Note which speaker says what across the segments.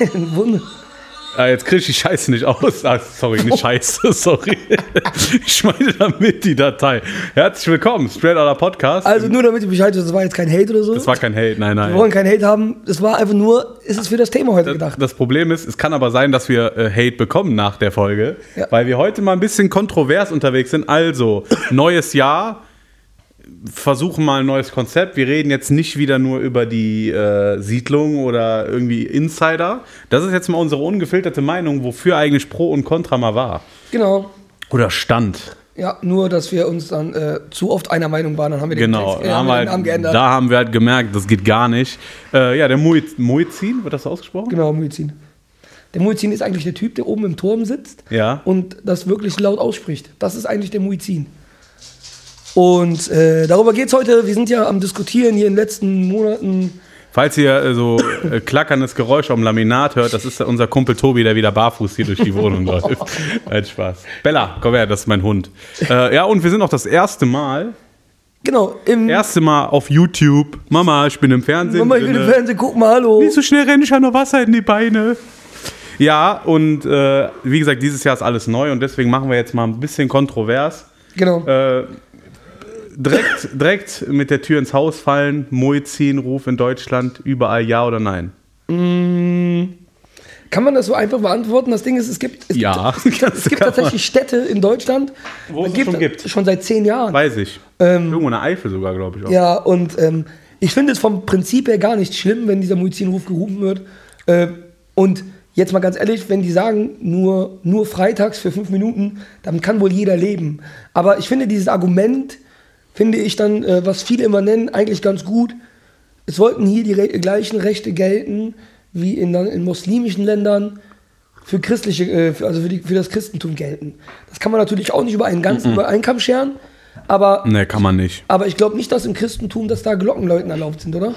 Speaker 1: Ein Wunder.
Speaker 2: Ah, jetzt kriege ich die Scheiße nicht aus. Ah, sorry, nicht Scheiße, sorry. Ich meine damit die Datei. Herzlich willkommen, Straight Outta Podcast.
Speaker 1: Also nur damit ihr Bescheid wisst, das war jetzt kein Hate oder so.
Speaker 2: das war kein Hate, nein, nein.
Speaker 1: wir wollen keinen Hate haben. Es war einfach nur, ist es für das Thema heute
Speaker 2: Das-
Speaker 1: gedacht.
Speaker 2: Das Problem ist, es kann aber sein, dass wir äh, Hate bekommen nach der Folge,
Speaker 1: Ja.
Speaker 2: weil wir heute mal ein bisschen kontrovers unterwegs sind. Also, neues Jahr, versuchen mal ein neues Konzept. Wir reden jetzt nicht wieder nur über die äh, Siedlung oder irgendwie Insider. Das ist jetzt mal unsere ungefilterte Meinung, wofür eigentlich Pro und Contra mal war.
Speaker 1: Genau.
Speaker 2: Oder stand.
Speaker 1: Ja, nur, dass wir uns dann äh, zu oft einer Meinung waren, dann haben wir den,
Speaker 2: Genau,
Speaker 1: Text, äh,
Speaker 2: da, haben wir
Speaker 1: den Namen
Speaker 2: halt,
Speaker 1: geändert.
Speaker 2: da haben wir halt gemerkt, das geht gar nicht. Äh, ja, der Muiz- Muizin, wird das ausgesprochen?
Speaker 1: Genau, Muizin. Der Muizin ist eigentlich der Typ, der oben im Turm sitzt
Speaker 2: Ja.
Speaker 1: und das wirklich laut ausspricht. Das ist eigentlich der Muizin. Und äh, darüber geht's heute. Wir sind ja am Diskutieren hier in den letzten Monaten.
Speaker 2: Falls ihr äh, so äh, klackerndes Geräusch am Laminat hört, das ist unser Kumpel Tobi, der wieder barfuß hier durch die Wohnung läuft. Ein Spaß. Bella, komm her, das ist mein Hund. Äh, ja, und wir sind auch das erste Mal,
Speaker 1: Genau, im
Speaker 2: erste Mal auf YouTube. Mama, ich bin im Fernsehen.
Speaker 1: Mama, ich will
Speaker 2: drinne.
Speaker 1: im Fernsehen, guck mal, hallo.
Speaker 2: Nicht so schnell renne ich ja noch Wasser in die Beine. Ja, und äh, wie gesagt, dieses Jahr ist alles neu und deswegen machen wir jetzt mal ein bisschen kontrovers.
Speaker 1: Genau.
Speaker 2: Äh, direkt, direkt mit der Tür ins Haus fallen, Muizin-Ruf in Deutschland, überall ja oder nein?
Speaker 1: Kann man das so einfach beantworten? Das Ding ist, es gibt, es
Speaker 2: Ja,
Speaker 1: gibt, es gibt
Speaker 2: kann man.
Speaker 1: tatsächlich Städte in Deutschland,
Speaker 2: Wo es
Speaker 1: man
Speaker 2: es schon gibt.
Speaker 1: schon seit zehn Jahren.
Speaker 2: Weiß ich.
Speaker 1: Ähm,
Speaker 2: Irgendwo in der Eifel sogar, glaube ich. Auch.
Speaker 1: Ja, und ähm, ich finde es vom Prinzip her gar nicht schlimm, wenn dieser Muizinruf gerufen wird. Äh, und jetzt mal ganz ehrlich, wenn die sagen, nur, nur freitags für fünf Minuten, dann kann wohl jeder leben. Aber ich finde dieses Argument, finde ich dann, äh, was viele immer nennen, eigentlich ganz gut. Es sollten hier die re gleichen Rechte gelten wie in, in muslimischen Ländern für christliche, äh, für, also für, die, für das Christentum gelten. Das kann man natürlich auch nicht über einen
Speaker 2: Mhm.
Speaker 1: ganzen über einen Kamm scheren, aber
Speaker 2: Nee, kann man nicht.
Speaker 1: aber ich glaube nicht, dass im Christentum, dass da Glockenläuten erlaubt sind, oder?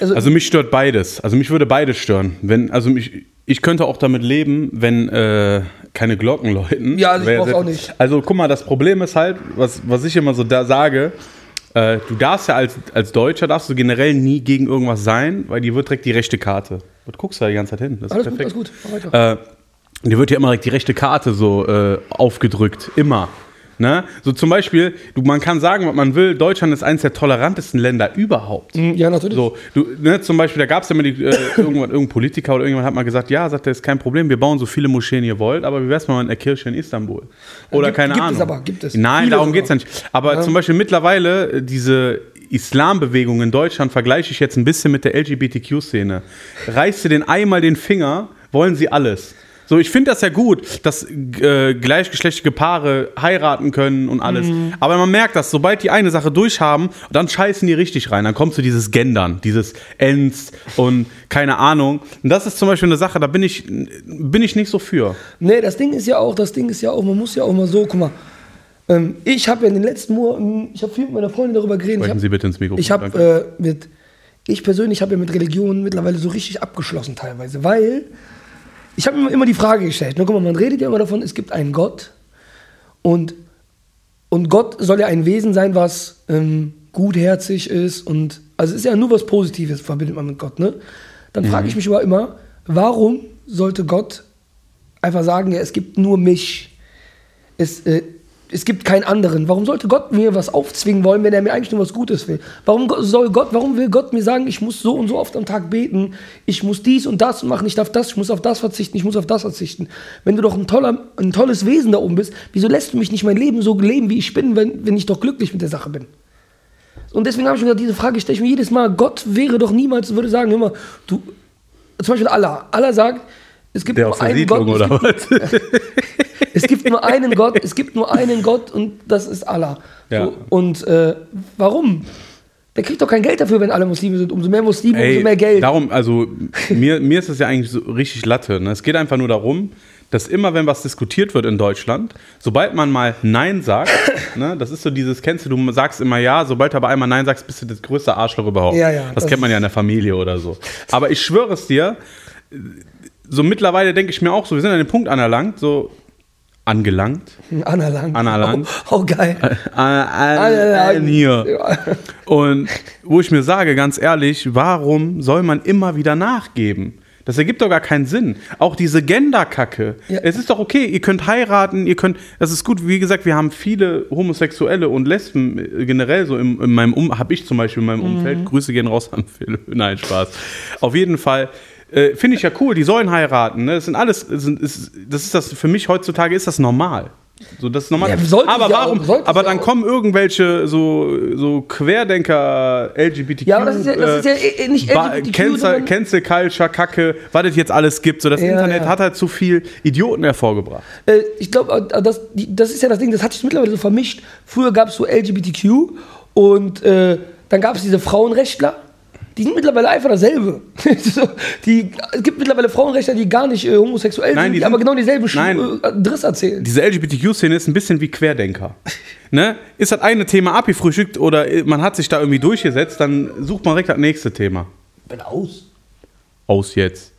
Speaker 1: Also,
Speaker 2: Also mich stört beides. Also mich würde beides stören. Wenn, also mich, ich könnte auch damit leben, wenn äh, keine Glocken läuten.
Speaker 1: Ja, also ich
Speaker 2: Wäre
Speaker 1: brauch's
Speaker 2: sehr-
Speaker 1: auch nicht.
Speaker 2: Also guck mal, das Problem ist halt, was, was ich immer so da sage, äh, du darfst ja als, als Deutscher, darfst du generell nie gegen irgendwas sein, weil die wird direkt die rechte Karte. Und guckst du da die ganze Zeit hin. Das
Speaker 1: alles
Speaker 2: ist
Speaker 1: gut,
Speaker 2: perfekt.
Speaker 1: alles gut. Mach weiter.
Speaker 2: äh, dir wird ja immer direkt die rechte Karte so äh, aufgedrückt. Immer. Ne? So zum Beispiel, du, man kann sagen, was man will, Deutschland ist eines der tolerantesten Länder überhaupt.
Speaker 1: Mm, ja, natürlich.
Speaker 2: So, du, ne, zum Beispiel, da gab es ja mal die, äh, irgendwann irgendein Politiker oder irgendjemand hat mal gesagt, ja, sagt er, ist kein Problem, wir bauen so viele Moscheen ihr wollt, aber wie wär's mal in der Kirche in Istanbul? Oder
Speaker 1: Gibt-
Speaker 2: keine
Speaker 1: gibt es
Speaker 2: Ahnung.
Speaker 1: aber, gibt es.
Speaker 2: Nein,
Speaker 1: Viele
Speaker 2: darum
Speaker 1: sogar.
Speaker 2: geht's ja nicht. Aber zum Beispiel mittlerweile äh, diese Islambewegung in Deutschland vergleiche ich jetzt ein bisschen mit der LGBTQ-Szene. Reißt du den einmal den Finger, wollen sie alles. So, ich finde das ja gut, dass äh, gleichgeschlechtliche Paare heiraten können und alles.
Speaker 1: Mhm.
Speaker 2: Aber man merkt das, sobald die eine Sache durchhaben, dann scheißen die richtig rein. Dann kommt so dieses Gendern, dieses Ends und keine Ahnung. Und das ist zum Beispiel eine Sache, da bin ich, bin ich nicht so für.
Speaker 1: Nee, das Ding ist ja auch, das Ding ist ja auch, man muss ja auch mal so, guck mal. Ähm, ich habe ja in den letzten Monaten, ich habe viel mit meiner Freundin darüber geredet. Ich
Speaker 2: Sprechen
Speaker 1: hab-
Speaker 2: Sie bitte ins Mikrofon.
Speaker 1: Ich habe
Speaker 2: danke.
Speaker 1: äh, mit, ich persönlich habe ja mit Religion mittlerweile so richtig abgeschlossen teilweise, weil ich habe mir immer die Frage gestellt, ne, guck mal, man redet ja immer davon, es gibt einen Gott und, und Gott soll ja ein Wesen sein, was ähm, gutherzig ist und, also es ist ja nur was Positives, verbindet man mit Gott, ne? Dann
Speaker 2: Mhm.
Speaker 1: frage ich mich aber immer, warum sollte Gott einfach sagen, ja, es gibt nur mich? es, äh, es gibt keinen anderen. Warum sollte Gott mir was aufzwingen wollen, wenn er mir eigentlich nur was Gutes will? Warum go- soll Gott, warum will Gott mir sagen, ich muss so und so oft am Tag beten, ich muss dies und das machen, ich darf das, ich muss auf das verzichten, ich muss auf das verzichten. Wenn du doch ein, toller, ein tolles Wesen da oben bist, wieso lässt du mich nicht mein Leben so leben, wie ich bin, wenn, wenn ich doch glücklich mit der Sache bin? Und deswegen habe ich mir gedacht, diese Frage stelle ich mir jedes Mal. Gott wäre doch niemals, würde sagen, immer, du, zum Beispiel Allah. Allah sagt, es gibt
Speaker 2: der
Speaker 1: nur
Speaker 2: aus der
Speaker 1: einen
Speaker 2: Siedlung
Speaker 1: Gott, es
Speaker 2: oder
Speaker 1: gibt
Speaker 2: was?
Speaker 1: es gibt nur einen Gott, es gibt nur einen Gott und das ist Allah.
Speaker 2: Ja.
Speaker 1: So, und äh, warum? Der kriegt doch kein Geld dafür, wenn alle Muslime sind. Umso mehr Muslime, umso mehr Geld.
Speaker 2: Darum, also mir, mir ist das ja eigentlich so richtig Latte. Ne? Es geht einfach nur darum, dass immer, wenn was diskutiert wird in Deutschland, sobald man mal Nein sagt, ne, das ist so dieses, kennst du, du sagst immer Ja, sobald du aber einmal Nein sagst, bist du das größte Arschloch überhaupt.
Speaker 1: Ja, ja,
Speaker 2: das,
Speaker 1: das
Speaker 2: kennt man ja in der Familie oder so. Aber ich schwöre es dir, so mittlerweile denke ich mir auch so, wir sind an dem Punkt angelangt, so angelangt.
Speaker 1: Anerlang.
Speaker 2: Anerlang.
Speaker 1: Oh, oh geil.
Speaker 2: An hier.
Speaker 1: Ja.
Speaker 2: Und wo ich mir sage, ganz ehrlich, warum soll man immer wieder nachgeben? Das ergibt doch gar keinen Sinn. Auch diese Gender-Kacke.
Speaker 1: Ja.
Speaker 2: Es ist doch okay, ihr könnt heiraten, ihr könnt. Das ist gut. Wie gesagt, wir haben viele Homosexuelle und Lesben äh, generell so in, in meinem Um. Habe ich zum Beispiel in meinem
Speaker 1: Mhm.
Speaker 2: Umfeld. Grüße gehen raus an Phil. Nein, Spaß. Auf jeden Fall. Äh, Finde ich ja cool, die sollen heiraten. Ne? Das sind alles, das sind, ist, das ist das, für mich heutzutage ist das normal. So, das ist normal.
Speaker 1: Ja, sollte
Speaker 2: aber
Speaker 1: es ja
Speaker 2: warum,
Speaker 1: auch, sollte es
Speaker 2: aber
Speaker 1: ja
Speaker 2: dann
Speaker 1: auch.
Speaker 2: kommen irgendwelche so, so Querdenker LGBTQ.
Speaker 1: Ja, aber das ist ja, das ist ja eh- eh nicht
Speaker 2: Ba-
Speaker 1: LGBTQ,
Speaker 2: äh, Cancel,
Speaker 1: sondern-
Speaker 2: Cancel Culture, Kacke, was das jetzt alles gibt. So, das
Speaker 1: Ja,
Speaker 2: Internet
Speaker 1: ja.
Speaker 2: hat halt zu viel Idioten hervorgebracht.
Speaker 1: Äh, ich glaube, das, die- das ist ja das Ding, das hat sich mittlerweile so vermischt. Früher gab es so LGBTQ und äh, dann gab es diese Frauenrechtler. Die sind mittlerweile einfach dasselbe. so, die, es gibt mittlerweile Frauenrechtler, die gar nicht äh, homosexuell
Speaker 2: Nein,
Speaker 1: sind,
Speaker 2: die
Speaker 1: die aber
Speaker 2: sind-
Speaker 1: genau dieselben Sch-
Speaker 2: Nein.
Speaker 1: äh, Driss erzählen.
Speaker 2: Diese LGBTQ-Szene ist ein bisschen wie Querdenker. ne? Ist das eine Thema abgefrühstückt oder äh, man hat sich da irgendwie durchgesetzt, dann sucht man direkt das nächste Thema.
Speaker 1: bin aus.
Speaker 2: aus jetzt.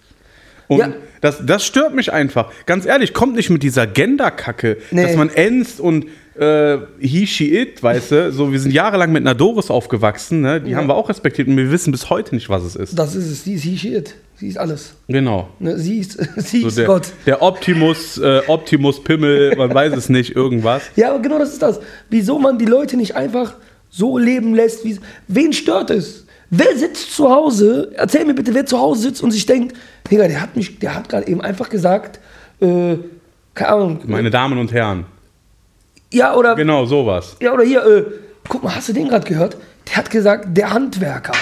Speaker 2: Und
Speaker 1: Ja.
Speaker 2: das, das stört mich einfach. Ganz ehrlich, kommt nicht mit dieser Gender-Kacke,
Speaker 1: Nee.
Speaker 2: dass man ends und äh, he, she, it, weißt du, so, wir sind jahrelang mit einer Doris aufgewachsen, ne? die haben wir auch respektiert und wir wissen bis heute nicht, was es ist.
Speaker 1: Das ist es. Sie ist he, she, it. Sie ist alles.
Speaker 2: Genau.
Speaker 1: Ne? Sie ist, sie
Speaker 2: So
Speaker 1: ist
Speaker 2: der,
Speaker 1: Gott.
Speaker 2: der Optimus, äh, Optimus Pimmel, man weiß es nicht, irgendwas.
Speaker 1: Ja, aber genau das ist das. Wieso man die Leute nicht einfach so leben lässt, wie Wen stört es? Wer sitzt zu Hause? Erzähl mir bitte, wer zu Hause sitzt und sich denkt, Digga, der hat mich, der hat gerade eben einfach gesagt, äh, keine Ahnung.
Speaker 2: Meine Damen und Herren.
Speaker 1: ja, oder,
Speaker 2: Genau, sowas.
Speaker 1: ja, oder hier, äh, guck mal, hast du den gerade gehört? Der hat gesagt, der Handwerker.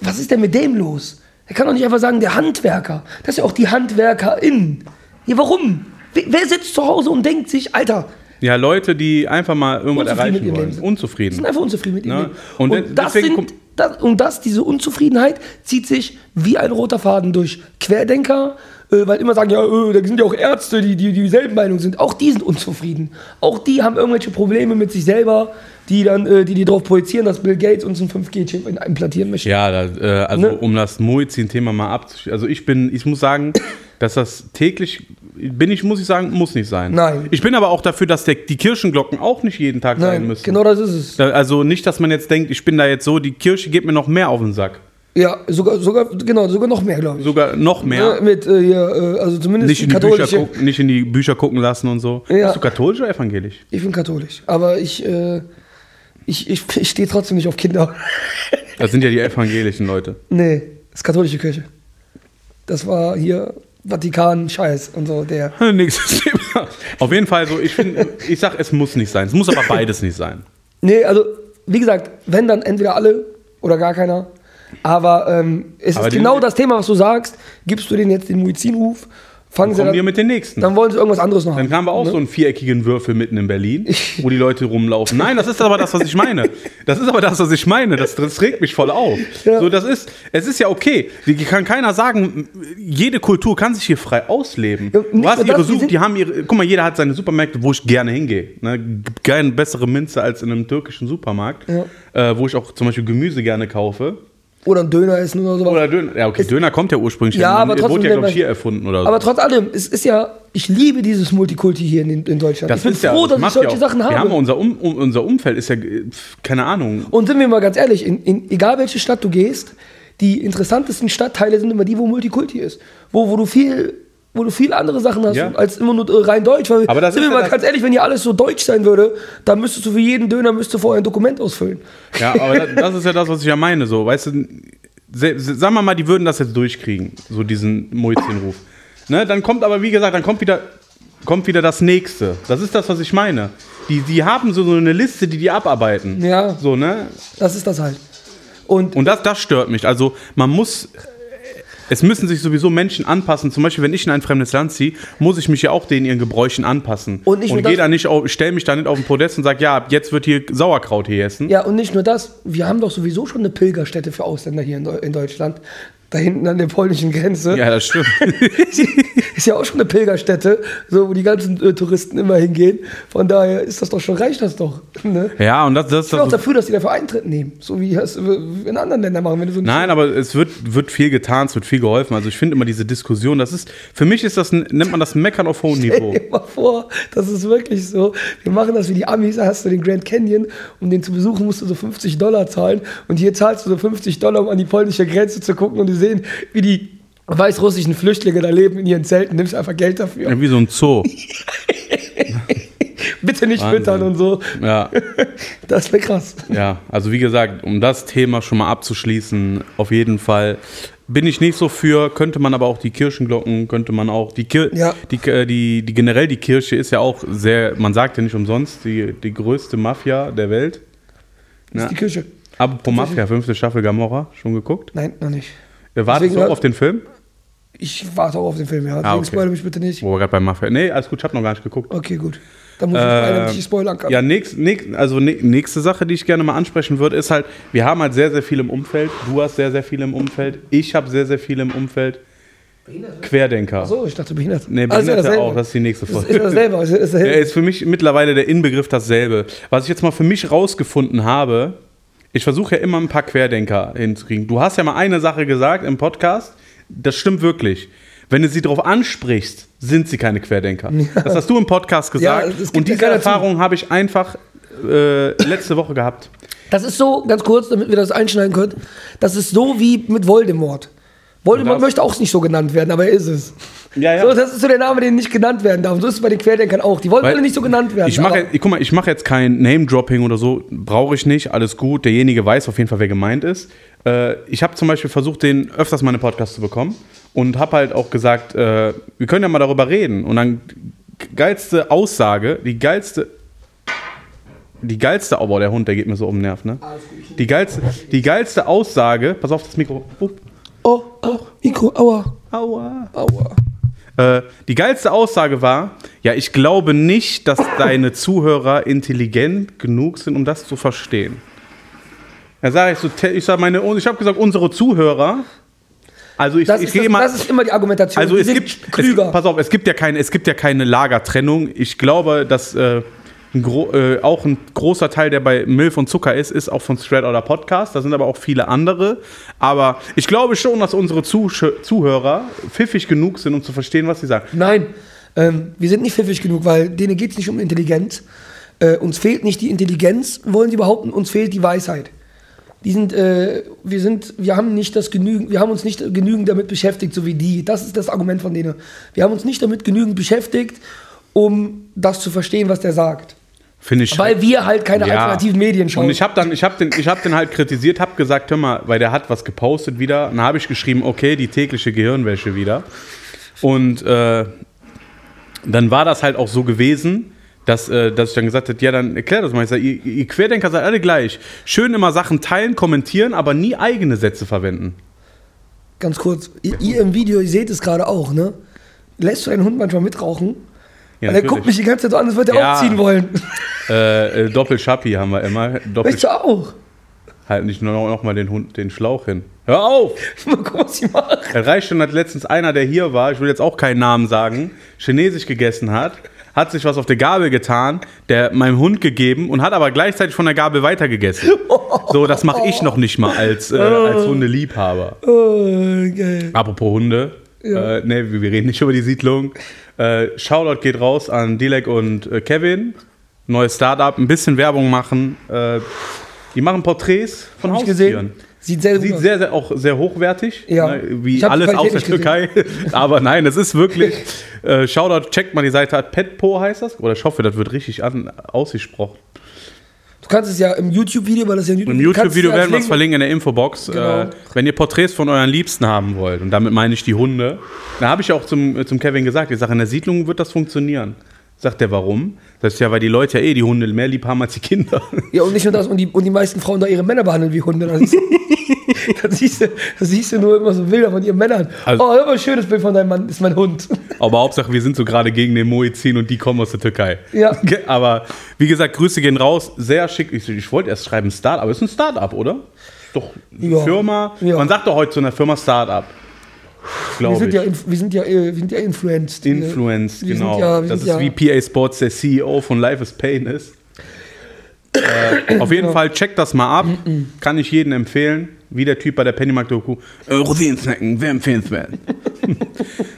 Speaker 1: Was ist denn mit dem los? Er kann doch nicht einfach sagen, der Handwerker. Das ist ja auch die Handwerkerin. Ja, warum? Wer- Wer sitzt zu Hause und denkt sich, Alter,
Speaker 2: Ja, Leute, die einfach mal irgendwas
Speaker 1: Unzufrieden mit
Speaker 2: erreichen
Speaker 1: ihrem
Speaker 2: wollen.
Speaker 1: Leben sind. Die
Speaker 2: Unzufrieden.
Speaker 1: sind einfach unzufrieden mit ihrem
Speaker 2: Ne?
Speaker 1: Leben.
Speaker 2: Und
Speaker 1: Und,
Speaker 2: de-
Speaker 1: das
Speaker 2: deswegen
Speaker 1: sind,
Speaker 2: kommt-
Speaker 1: das, und das, diese Unzufriedenheit zieht sich wie ein roter Faden durch Querdenker, äh, weil immer sagen, ja, äh, da sind ja auch Ärzte, die, die dieselben Meinung sind. Auch die sind unzufrieden. Auch die haben irgendwelche Probleme mit sich selber, die dann, äh, die, die darauf projizieren, dass Bill Gates uns ein 5G-Chip implantieren möchte.
Speaker 2: Ja, da, äh, also
Speaker 1: Ne?
Speaker 2: um das Muizin-Thema mal abzuschließen. Also ich bin, ich muss sagen, dass das täglich, bin ich, muss ich sagen, muss nicht sein.
Speaker 1: Nein.
Speaker 2: Ich bin aber auch dafür, dass der, die Kirchenglocken auch nicht jeden Tag sein
Speaker 1: Nein,
Speaker 2: müssen.
Speaker 1: genau das ist es.
Speaker 2: Da- Also nicht, dass man jetzt denkt, ich bin da jetzt so, die Kirche geht mir noch mehr auf den Sack.
Speaker 1: Ja, sogar, sogar, genau, sogar noch mehr, glaube ich.
Speaker 2: Sogar noch mehr.
Speaker 1: Ne, Mit, äh, ja, äh, also zumindest
Speaker 2: Nicht in, die Bücher
Speaker 1: katholische.
Speaker 2: gucken, nicht in die Bücher gucken lassen und so.
Speaker 1: Ja.
Speaker 2: Bist du katholisch oder evangelisch?
Speaker 1: Ich bin katholisch, aber ich, äh, ich, ich, ich stehe trotzdem nicht auf Kinder.
Speaker 2: Das sind ja die evangelischen Leute.
Speaker 1: Nee, das ist katholische Kirche. Das war hier Vatikan, Scheiß und so der.
Speaker 2: Nächstes Thema. Auf jeden Fall so, ich finde, ich sag, es muss nicht sein. Es muss aber beides nicht sein.
Speaker 1: Nee, also wie gesagt, wenn dann entweder alle oder gar keiner. Aber ähm, es
Speaker 2: Aber
Speaker 1: ist
Speaker 2: den-
Speaker 1: genau das Thema, was du sagst. Gibst du denen jetzt den Muizinruf, fangen sie
Speaker 2: Kommen wir
Speaker 1: dann,
Speaker 2: mit den nächsten.
Speaker 1: dann wollen sie irgendwas anderes noch haben. ne?
Speaker 2: Dann haben wir auch so einen viereckigen Würfel mitten in Berlin, wo die Leute rumlaufen. Nein, das ist aber das, was ich meine. Das ist aber das, was ich meine. Das, das regt mich voll auf.
Speaker 1: Ja.
Speaker 2: So, das ist, es ist ja okay. Die kann keiner sagen, jede Kultur kann sich hier frei ausleben.
Speaker 1: Ja,
Speaker 2: Du
Speaker 1: nicht
Speaker 2: hast
Speaker 1: nur
Speaker 2: ihre
Speaker 1: das, die
Speaker 2: Such,
Speaker 1: sind-
Speaker 2: die haben ihre, guck mal, jeder hat seine Supermärkte, wo ich gerne hingehe. Ne? Gibt keine bessere Minze als in einem türkischen Supermarkt, äh, wo ich auch zum Beispiel Gemüse gerne kaufe.
Speaker 1: Oder einen Döner essen oder sowas.
Speaker 2: Oder Döner. Ja, okay, Döner kommt ja ursprünglich.
Speaker 1: Ja,
Speaker 2: her.
Speaker 1: aber trotzdem
Speaker 2: Wurde ja,
Speaker 1: der
Speaker 2: glaube ich,
Speaker 1: Best-
Speaker 2: hier erfunden oder so.
Speaker 1: Aber trotz allem, es ist ja, ich liebe dieses Multikulti hier in, in Deutschland. ich bin
Speaker 2: ist ja-
Speaker 1: froh, dass ich
Speaker 2: macht ja
Speaker 1: solche
Speaker 2: auch-
Speaker 1: Sachen
Speaker 2: Wir
Speaker 1: habe.
Speaker 2: haben ja unser, um, um, unser Umfeld ist ja, äh, pf, keine Ahnung,
Speaker 1: Und sind wir mal ganz ehrlich, in, in egal welche Stadt du gehst, die interessantesten Stadtteile sind immer die, wo Multikulti ist. Wo, wo du viel wo du viel andere Sachen hast,
Speaker 2: Ja.
Speaker 1: als immer nur äh, rein deutsch. Weil
Speaker 2: Aber das
Speaker 1: sind wir
Speaker 2: ist ja
Speaker 1: mal
Speaker 2: das-
Speaker 1: ganz ehrlich, wenn hier alles so deutsch sein würde, dann müsstest du für jeden Döner müsstest du vorher ein Dokument ausfüllen.
Speaker 2: Ja, aber das, das ist ja das, was ich ja meine. So, weißt du, se- se- sagen wir mal, die würden das jetzt durchkriegen, so diesen Muizin-Ruf. Ne, dann kommt aber, wie gesagt, dann kommt wieder, kommt wieder das Nächste. Das ist das, was ich meine. Die, die haben so, so eine Liste, die die abarbeiten.
Speaker 1: Ja.
Speaker 2: So, ne?
Speaker 1: Das ist das halt. Und,
Speaker 2: Und das, das stört mich. Also, man muss. Es müssen sich sowieso Menschen anpassen. Zum Beispiel, wenn ich in ein fremdes Land ziehe, muss ich mich ja auch denen ihren Gebräuchen anpassen.
Speaker 1: Und nicht nur
Speaker 2: gehe
Speaker 1: das-
Speaker 2: da nicht auf, stell mich da nicht auf den Podest und sage, ja, ab jetzt wird hier Sauerkraut hier essen.
Speaker 1: ja, und nicht nur das, wir haben doch sowieso schon eine Pilgerstätte für Ausländer hier in, Deu- in Deutschland. Da hinten an der polnischen Grenze.
Speaker 2: ja das stimmt.
Speaker 1: ist ja auch schon eine Pilgerstätte, so, wo die ganzen äh, Touristen immer hingehen. Von daher ist das doch schon, reicht das doch. Ne?
Speaker 2: Ja, und das, das,
Speaker 1: Ich bin auch
Speaker 2: das
Speaker 1: dafür, dass die dafür Eintritt nehmen, so wie das in anderen Ländern machen. Wenn du so
Speaker 2: Nein, aber es wird, wird viel getan, es wird viel geholfen. Also ich finde immer diese Diskussion, das ist, für mich ist das, ein- nennt man das Meckern auf hohem Niveau.
Speaker 1: Stell dir mal vor, das ist wirklich so. Wir machen das wie die Amis, da hast du den Grand Canyon, um den zu besuchen musst du so 50 Dollar zahlen und hier zahlst du so 50 Dollar, um an die polnische Grenze zu gucken und die gesehen, wie die weißrussischen Flüchtlinge da leben in ihren Zelten, nimmst einfach Geld dafür.
Speaker 2: Wie so ein Zoo.
Speaker 1: Bitte nicht
Speaker 2: Wahnsinn.
Speaker 1: füttern und so.
Speaker 2: Ja,
Speaker 1: Das wäre krass.
Speaker 2: ja. Also wie gesagt, um das Thema schon mal abzuschließen, auf jeden Fall bin ich nicht so für. Könnte man aber auch die Kirchenglocken, könnte man auch die Kirche,
Speaker 1: Ja.
Speaker 2: die, äh, die, die generell die Kirche ist ja auch sehr. Man sagt ja nicht umsonst die die größte Mafia der Welt.
Speaker 1: Das
Speaker 2: Ja.
Speaker 1: ist die Küche.
Speaker 2: Apropos Mafia, fünfte Staffel Gamora, schon geguckt?
Speaker 1: Nein, noch nicht.
Speaker 2: Äh, Wartest
Speaker 1: Deswegen
Speaker 2: du
Speaker 1: hat-
Speaker 2: auf den Film?
Speaker 1: Ich warte auch auf den Film, ja. Deswegen
Speaker 2: Ah, okay.
Speaker 1: spoil mich bitte nicht.
Speaker 2: Wo wir Oh, gerade bei Mafia. Nee, alles gut, ich habe noch gar nicht geguckt.
Speaker 1: Okay, gut. Dann muss ich leider
Speaker 2: Ähm,
Speaker 1: nicht die spoilern kann.
Speaker 2: Ja, nächst, nächst, also nä- nächste Sache, die ich gerne mal ansprechen würde, ist halt, wir haben halt sehr, sehr viel im Umfeld. Du hast sehr, sehr viel im Umfeld. Ich habe sehr, sehr viel im Umfeld. Querdenker.
Speaker 1: So, ich dachte behindert.
Speaker 2: Nee,
Speaker 1: Ah, ist ja
Speaker 2: Behinderte
Speaker 1: dasselbe.
Speaker 2: auch, das ist die nächste
Speaker 1: Ist,
Speaker 2: Folge.
Speaker 1: ist dasselbe. Ist, ist
Speaker 2: Er
Speaker 1: dasselbe.
Speaker 2: ist für mich mittlerweile der Inbegriff dasselbe. Was ich jetzt mal für mich rausgefunden habe, ich versuche ja immer ein paar Querdenker hinzukriegen. Du hast ja mal eine Sache gesagt im Podcast, das stimmt wirklich. Wenn du sie darauf ansprichst, sind sie keine Querdenker. Das hast du im Podcast
Speaker 1: Ja,
Speaker 2: gesagt.
Speaker 1: es gibt
Speaker 2: und
Speaker 1: ja
Speaker 2: diese
Speaker 1: keiner zu.
Speaker 2: Erfahrung habe ich einfach äh, letzte Woche gehabt.
Speaker 1: Das ist so, ganz kurz, damit wir das einschneiden können, das ist so wie mit Voldemort. Voldemort
Speaker 2: Das-
Speaker 1: möchte auch nicht so genannt werden, aber er ist es.
Speaker 2: Ja, ja.
Speaker 1: So, das ist so der Name, der nicht genannt werden darf. Und so ist es bei den Querdenkern auch. Die wollen
Speaker 2: Weil
Speaker 1: alle nicht so genannt werden.
Speaker 2: Ich mache,
Speaker 1: aber-
Speaker 2: jetzt- guck mal, ich mache jetzt kein Name-Dropping oder so, brauche ich nicht, alles gut. Derjenige weiß auf jeden Fall, wer gemeint ist. Äh, ich habe zum Beispiel versucht, den öfters mal in den Podcast zu bekommen und habe halt auch gesagt, äh, wir können ja mal darüber reden. Und dann g- geilste Aussage, die geilste, die geilste, oh, boah, der Hund, der geht mir so um den Nerv, ne? Die geilste, die geilste Aussage, pass auf das Mikro. Upp,
Speaker 1: Oh, oh, Mikro, aua,
Speaker 2: aua.
Speaker 1: aua.
Speaker 2: Äh, die geilste Aussage war, ja, ich glaube nicht, dass deine Zuhörer intelligent genug sind, um das zu verstehen. Da sage ich so, te- ich sage meine, ich habe gesagt, unsere Zuhörer. Also ich,
Speaker 1: Das,
Speaker 2: ich
Speaker 1: ist,
Speaker 2: gehe
Speaker 1: das,
Speaker 2: mal.
Speaker 1: das ist immer die Argumentation.
Speaker 2: also
Speaker 1: die
Speaker 2: es
Speaker 1: sind
Speaker 2: gibt, es,
Speaker 1: klüger.
Speaker 2: pass auf, es gibt ja keine, es gibt ja keine Lagertrennung. Ich glaube, dass äh, ein gro äh, auch ein großer Teil, der bei Milf und Zucker ist, ist auch von Straight Outta Podcast. Da sind aber auch viele andere. Aber ich glaube schon, dass unsere Zuschö- Zuhörer pfiffig genug sind, um zu verstehen, was sie sagen.
Speaker 1: Nein, ähm, wir sind nicht pfiffig genug, weil denen geht es nicht um Intelligenz. Äh, uns fehlt nicht die Intelligenz, wollen sie behaupten, uns fehlt die Weisheit. Die sind, äh, wir sind, wir haben nicht das genügend, wir haben uns nicht genügend damit beschäftigt, so wie die. Das ist das Argument von denen. Wir haben uns nicht damit genügend beschäftigt, um das zu verstehen, was der sagt.
Speaker 2: Finde ich.
Speaker 1: Weil wir halt keine alternativen Medien schauen.
Speaker 2: Und ich habe dann, ich habe den, ich habe den halt kritisiert, habe gesagt, hör mal, weil der hat was gepostet wieder. Und dann habe ich geschrieben, okay, die tägliche Gehirnwäsche wieder. Und äh, dann war das halt auch so gewesen, dass, äh, dass ich dann gesagt habe, ja, dann erklär das mal. Ich sag, ihr, ihr Querdenker seid alle gleich. Schön immer Sachen teilen, kommentieren, aber nie eigene Sätze verwenden.
Speaker 1: Ganz kurz, ihr, ihr im Video, ihr seht es gerade auch, ne? Lässt du deinen Hund manchmal mitrauchen?
Speaker 2: Ja,
Speaker 1: Weil der guckt mich die ganze Zeit so an, als würde er
Speaker 2: Ja.
Speaker 1: aufziehen wollen.
Speaker 2: Äh, äh, Doppelschappi haben wir immer. Doppel
Speaker 1: Weißt du auch?
Speaker 2: halt nicht nur noch, noch mal den Hund, den Schlauch hin. Hör auf!
Speaker 1: Mal gucken, was ich mache.
Speaker 2: Er reicht schon, hat letztens einer, der hier war, ich will jetzt auch keinen Namen sagen, Chinesisch gegessen hat, hat sich was auf der Gabel getan, der meinem Hund gegeben und hat aber gleichzeitig von der Gabel weitergegessen. So, das mache ich noch nicht mal als, äh, als Hundeliebhaber.
Speaker 1: Oh, geil.
Speaker 2: Apropos Hunde.
Speaker 1: Ja.
Speaker 2: Äh, nee, wir wir reden nicht über die Siedlung. Äh, Shoutout geht raus an Dilek und äh, Kevin. Neues Startup, ein bisschen Werbung machen. Äh, die machen Porträts von
Speaker 1: Hab ich
Speaker 2: Haustieren.
Speaker 1: gesehen. Sieht sehr gut
Speaker 2: Sieht
Speaker 1: aus.
Speaker 2: sehr, sehr, auch sehr hochwertig,
Speaker 1: Genau. Ja.
Speaker 2: ne, wie
Speaker 1: Ich hab die
Speaker 2: alles aus
Speaker 1: Qualität
Speaker 2: der
Speaker 1: nicht
Speaker 2: Türkei. Aber nein, es ist wirklich. Äh, Shoutout, checkt mal die Seite hat. Petpo heißt das. Oder ich hoffe, das wird richtig an, ausgesprochen.
Speaker 1: Du kannst es ja im YouTube-Video, weil das ja ein
Speaker 2: Im
Speaker 1: du kannst es
Speaker 2: YouTube-Video
Speaker 1: ja als
Speaker 2: werden wir es
Speaker 1: Link-
Speaker 2: verlinken in der Infobox.
Speaker 1: Genau.
Speaker 2: Äh, wenn ihr Porträts von euren Liebsten haben wollt, und damit meine ich die Hunde, da habe ich ja auch zum, äh, zum Kevin gesagt, ich sage, in der Siedlung wird das funktionieren. Sagt er, warum? Das ist ja, weil die Leute ja eh die Hunde mehr lieb haben als die Kinder.
Speaker 1: Ja, und nicht nur das, und die, und die meisten Frauen da ihre Männer behandeln wie Hunde. Das, ist, das, siehst, du, das siehst du nur immer so Bilder von ihren Männern.
Speaker 2: Also-
Speaker 1: oh, hör mal, schönes Bild von deinem Mann, ist mein Hund.
Speaker 2: Aber Hauptsache, wir sind so gerade gegen den Moizin und die kommen aus der Türkei.
Speaker 1: Ja.
Speaker 2: Ge- Aber wie gesagt, Grüße gehen raus. Sehr schick. Ich, ich wollte erst schreiben Start-up, aber es ist ein Start-up, oder? Ist Doch, eine
Speaker 1: Ja.
Speaker 2: Firma.
Speaker 1: Ja.
Speaker 2: Man sagt doch heute zu einer Firma Start-up.
Speaker 1: Wir
Speaker 2: Glaube
Speaker 1: sind,
Speaker 2: ich.
Speaker 1: ja, inf- wir, sind ja, äh, wir sind ja influenced. Wir-
Speaker 2: Influenced,
Speaker 1: wir sind
Speaker 2: genau.
Speaker 1: ja- wir
Speaker 2: das ist
Speaker 1: sind ja-
Speaker 2: wie PA Sports der CEO von Life is Pain ist. Äh, auf jeden Fall, checkt das mal ab. Kann ich jedem empfehlen. Wie der Typ bei der Pennymark-Doku. Äh, Rosinen snacken, wer empfehlenswert.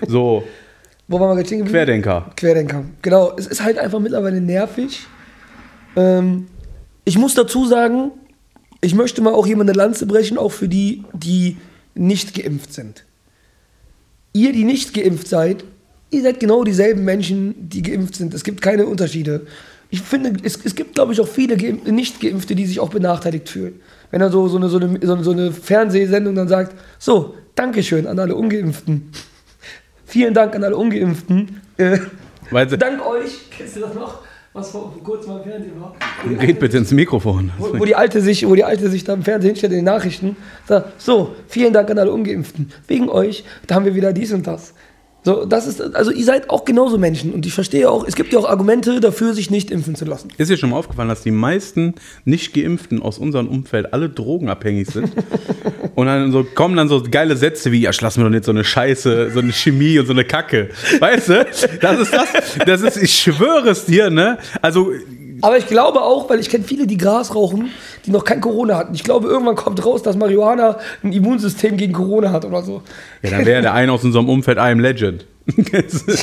Speaker 2: so,
Speaker 1: Wo waren wir jetzt hingeblieben?
Speaker 2: Querdenker.
Speaker 1: Querdenker. Genau, es ist halt einfach mittlerweile nervig. Ähm, ich muss dazu sagen, ich möchte mal auch jemand eine Lanze brechen, auch für die, die nicht geimpft sind. Ihr, die nicht geimpft seid, ihr seid genau dieselben Menschen, die geimpft sind. Es gibt keine Unterschiede. Ich finde, es, es gibt, glaube ich, auch viele Geimp- Nicht-Geimpfte, die sich auch benachteiligt fühlen. Wenn dann so, so, eine, so, eine, so, eine, so eine Fernsehsendung dann sagt, so, Dankeschön an alle Ungeimpften. Vielen Dank an alle Ungeimpften. Äh,
Speaker 2: Weil sie,
Speaker 1: dank euch, kennst du das noch, was vor kurzem mal im Fernsehen war?
Speaker 2: red bitte ins Mikrofon.
Speaker 1: Wo, wo, die alte sich, wo die Alte sich da im Fernsehen hinstellt in den Nachrichten, sagt, so, vielen Dank an alle Ungeimpften. Wegen euch, da haben wir wieder dies und das. So, das ist, also ihr seid auch genauso Menschen und ich verstehe auch, es gibt ja auch Argumente dafür, sich nicht impfen zu lassen.
Speaker 2: Ist dir schon mal aufgefallen, dass die meisten Nicht-Geimpften aus unserem Umfeld alle drogenabhängig sind? und dann so kommen dann so geile Sätze wie, ja, lass mir doch nicht so eine Scheiße, so eine Chemie und so eine Kacke. Weißt du? Das ist das, das ist, ich schwöre es dir, ne? Also,
Speaker 1: Aber ich glaube auch, weil ich kenne viele, die Gras rauchen, die noch kein Corona hatten. Ich glaube, irgendwann kommt raus, dass Marihuana ein Immunsystem gegen Corona hat oder so.
Speaker 2: ja, dann wäre der eine aus unserem Umfeld I am Legend.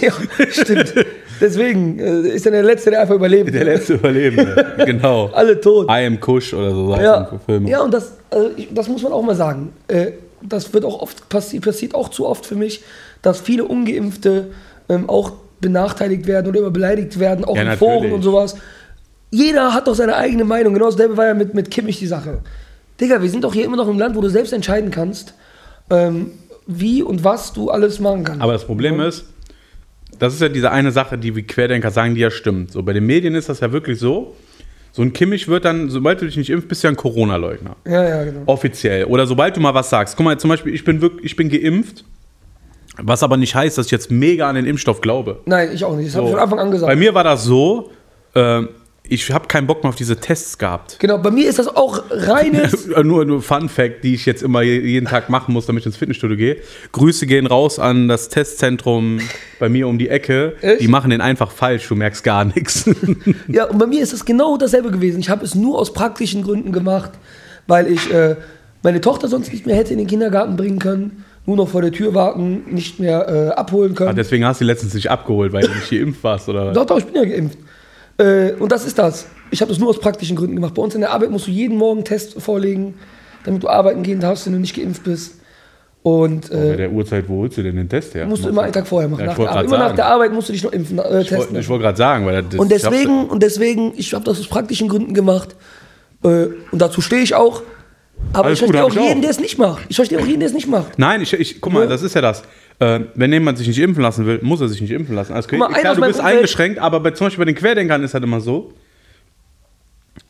Speaker 1: Ja, stimmt. Deswegen äh, ist dann der Letzte, der einfach überlebt.
Speaker 2: der letzte Überlebende, genau.
Speaker 1: Alle tot.
Speaker 2: I am Kush oder so heißt
Speaker 1: Ja,
Speaker 2: ein Film.
Speaker 1: ja und das, also ich, das muss man auch mal sagen. Äh, das wird auch oft passi passiert auch zu oft für mich, dass viele Ungeimpfte ähm, auch benachteiligt werden oder immer beleidigt werden, auch
Speaker 2: Ja,
Speaker 1: in
Speaker 2: natürlich.
Speaker 1: Foren und sowas. Jeder hat doch seine eigene Meinung. Genau dasselbe war ja mit, mit Kimmich die Sache. Digga, wir sind doch hier immer noch im Land, wo du selbst entscheiden kannst, ähm, wie und was du alles machen kannst.
Speaker 2: Aber das
Speaker 1: Mhm.
Speaker 2: Problem ist, das ist ja diese eine Sache, die wir Querdenker sagen, die ja stimmt. So bei den Medien ist das ja wirklich so. So ein Kimmich wird dann, sobald du dich nicht impfst, bist du ja ein Corona-Leugner.
Speaker 1: ja, ja, genau.
Speaker 2: Oh. Offiziell. Oder sobald du mal was sagst. Guck mal, zum Beispiel, ich bin wirklich, ich bin geimpft, was aber nicht heißt, dass ich jetzt mega an den Impfstoff glaube.
Speaker 1: Nein, ich auch nicht. Das habe
Speaker 2: So.
Speaker 1: ich von Anfang an gesagt.
Speaker 2: Bei mir war das so, äh, ich habe keinen Bock mehr auf diese Tests gehabt.
Speaker 1: genau, bei mir ist das auch reines.
Speaker 2: Äh, nur, nur Fun Fact, die ich jetzt immer je- jeden Tag machen muss, damit ich ins Fitnessstudio gehe. Grüße gehen raus an das Testzentrum bei mir um die Ecke.
Speaker 1: Echt?
Speaker 2: Die machen den einfach falsch, du merkst gar nichts.
Speaker 1: Ja, und bei mir ist das genau dasselbe gewesen. Ich habe es nur aus praktischen Gründen gemacht, weil ich äh, meine Tochter sonst nicht mehr hätte in den Kindergarten bringen können, nur noch vor der Tür warten, nicht mehr äh, abholen können.
Speaker 2: Ah, Deswegen hast du die letztens nicht abgeholt, weil du nicht geimpft warst oder was?
Speaker 1: Doch, doch, ich bin ja geimpft. Äh, und das ist das. Ich habe das nur aus praktischen Gründen gemacht. Bei uns in der Arbeit musst du jeden Morgen einen Test vorlegen, damit du arbeiten gehen darfst, wenn du nicht geimpft bist. Und
Speaker 2: Bei
Speaker 1: äh,
Speaker 2: der Uhrzeit, wo holst du denn den Test her?
Speaker 1: musst du immer einen Tag vorher machen.
Speaker 2: Oh, Ja,
Speaker 1: nach
Speaker 2: ich
Speaker 1: der Arbeit.
Speaker 2: wollte gerade
Speaker 1: Immer nach
Speaker 2: sagen.
Speaker 1: der Arbeit musst du dich noch impfen, äh,
Speaker 2: Ich wollte-
Speaker 1: testen.
Speaker 2: ich wollte gerade sagen, weil das
Speaker 1: Und
Speaker 2: schaffst
Speaker 1: deswegen, und deswegen, ich habe das aus praktischen Gründen gemacht. Äh, und dazu stehe ich auch. Aber
Speaker 2: Alles
Speaker 1: ich verstehe
Speaker 2: gut, hab
Speaker 1: auch
Speaker 2: ich
Speaker 1: jeden,
Speaker 2: auch.
Speaker 1: der es nicht macht. Ich verstehe auch jeden, der es nicht macht.
Speaker 2: du. Nein, ich, ich guck mal, das ist ja das. Äh, wenn jemand sich nicht impfen lassen will, muss er sich nicht impfen lassen. Also,
Speaker 1: mal, einer
Speaker 2: klar,
Speaker 1: aus
Speaker 2: du
Speaker 1: meinem
Speaker 2: bist
Speaker 1: Umfeld-
Speaker 2: eingeschränkt, aber bei, zum Beispiel bei den Querdenkern ist halt immer so,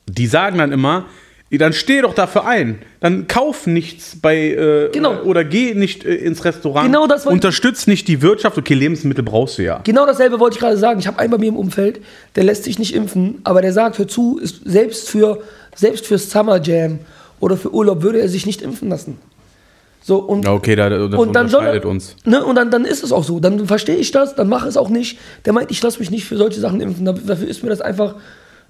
Speaker 2: die sagen dann immer, dann steh doch dafür ein. Dann kauf nichts bei äh,
Speaker 1: Genau.
Speaker 2: oder geh nicht äh, ins Restaurant.
Speaker 1: Genau das wollte-
Speaker 2: Unterstütz nicht die Wirtschaft. Okay, Lebensmittel brauchst du ja.
Speaker 1: Genau dasselbe wollte ich gerade sagen. Ich habe einen bei mir im Umfeld, der lässt sich nicht impfen, aber der sagt, hör zu, ist selbst für selbst fürs Summer Jam oder für Urlaub würde er sich nicht impfen lassen. So, und
Speaker 2: Ja, okay, da, das
Speaker 1: und dann soll
Speaker 2: unterscheidet
Speaker 1: er,
Speaker 2: uns.
Speaker 1: Ne, und dann, dann ist es auch so. Dann verstehe ich das, dann mache es auch nicht. Der meint, ich lasse mich nicht für solche Sachen impfen. Da- Dafür ist mir das einfach,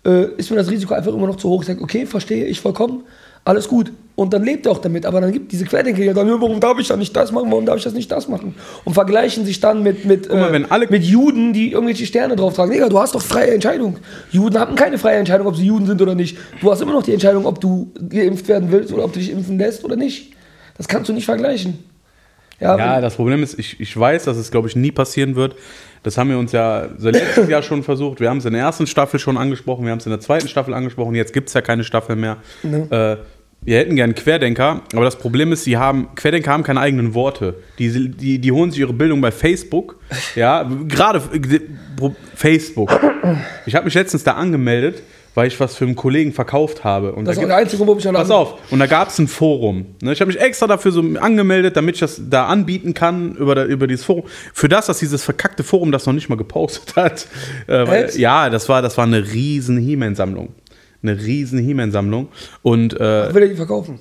Speaker 1: äh, ist mir das Risiko einfach immer noch zu hoch. Ich sage, okay, verstehe ich vollkommen, alles gut. Und dann lebt er auch damit. Aber dann gibt diese Querdenker ja dann, "Ja, warum darf ich dann nicht das machen, warum darf ich das nicht das machen? Und vergleichen sich dann mit, mit,
Speaker 2: mal,
Speaker 1: äh,
Speaker 2: wenn alle-
Speaker 1: mit Juden, die irgendwelche Sterne drauf tragen. Digga, du hast doch freie Entscheidung. Juden haben keine freie Entscheidung, ob sie Juden sind oder nicht. Du hast immer noch die Entscheidung, ob du geimpft werden willst oder ob du dich impfen lässt oder nicht. Das kannst du nicht vergleichen.
Speaker 2: Ja, das Problem ist, ich, ich weiß, dass es, glaube ich, nie passieren wird. Das haben wir uns ja seit letztes Jahr schon versucht. Wir haben es in der ersten Staffel schon angesprochen, wir haben es in der zweiten Staffel angesprochen. Jetzt gibt es ja keine Staffel mehr. Äh, wir hätten gern Querdenker, aber das Problem ist, sie haben, Querdenker haben keine eigenen Worte. Die, die, die holen sich ihre Bildung bei Facebook. Ja, gerade äh, Facebook. Ich habe mich letztens da angemeldet, weil ich was für einen Kollegen verkauft habe.
Speaker 1: Das
Speaker 2: Und da
Speaker 1: ist auch
Speaker 2: gibt-
Speaker 1: der einzige, wo ich noch
Speaker 2: Pass auf, Also und da gab es ein Forum. Ne? Ich habe mich extra dafür so angemeldet, damit ich das da anbieten kann über, da, über dieses Forum. Für das, dass dieses verkackte Forum das noch nicht mal gepostet hat. Äh, weil,
Speaker 1: Echt?
Speaker 2: ja, das war, das war eine riesen He-Man-Sammlung. Eine riesen He-Man-Sammlung. Und äh,
Speaker 1: Will er die verkaufen?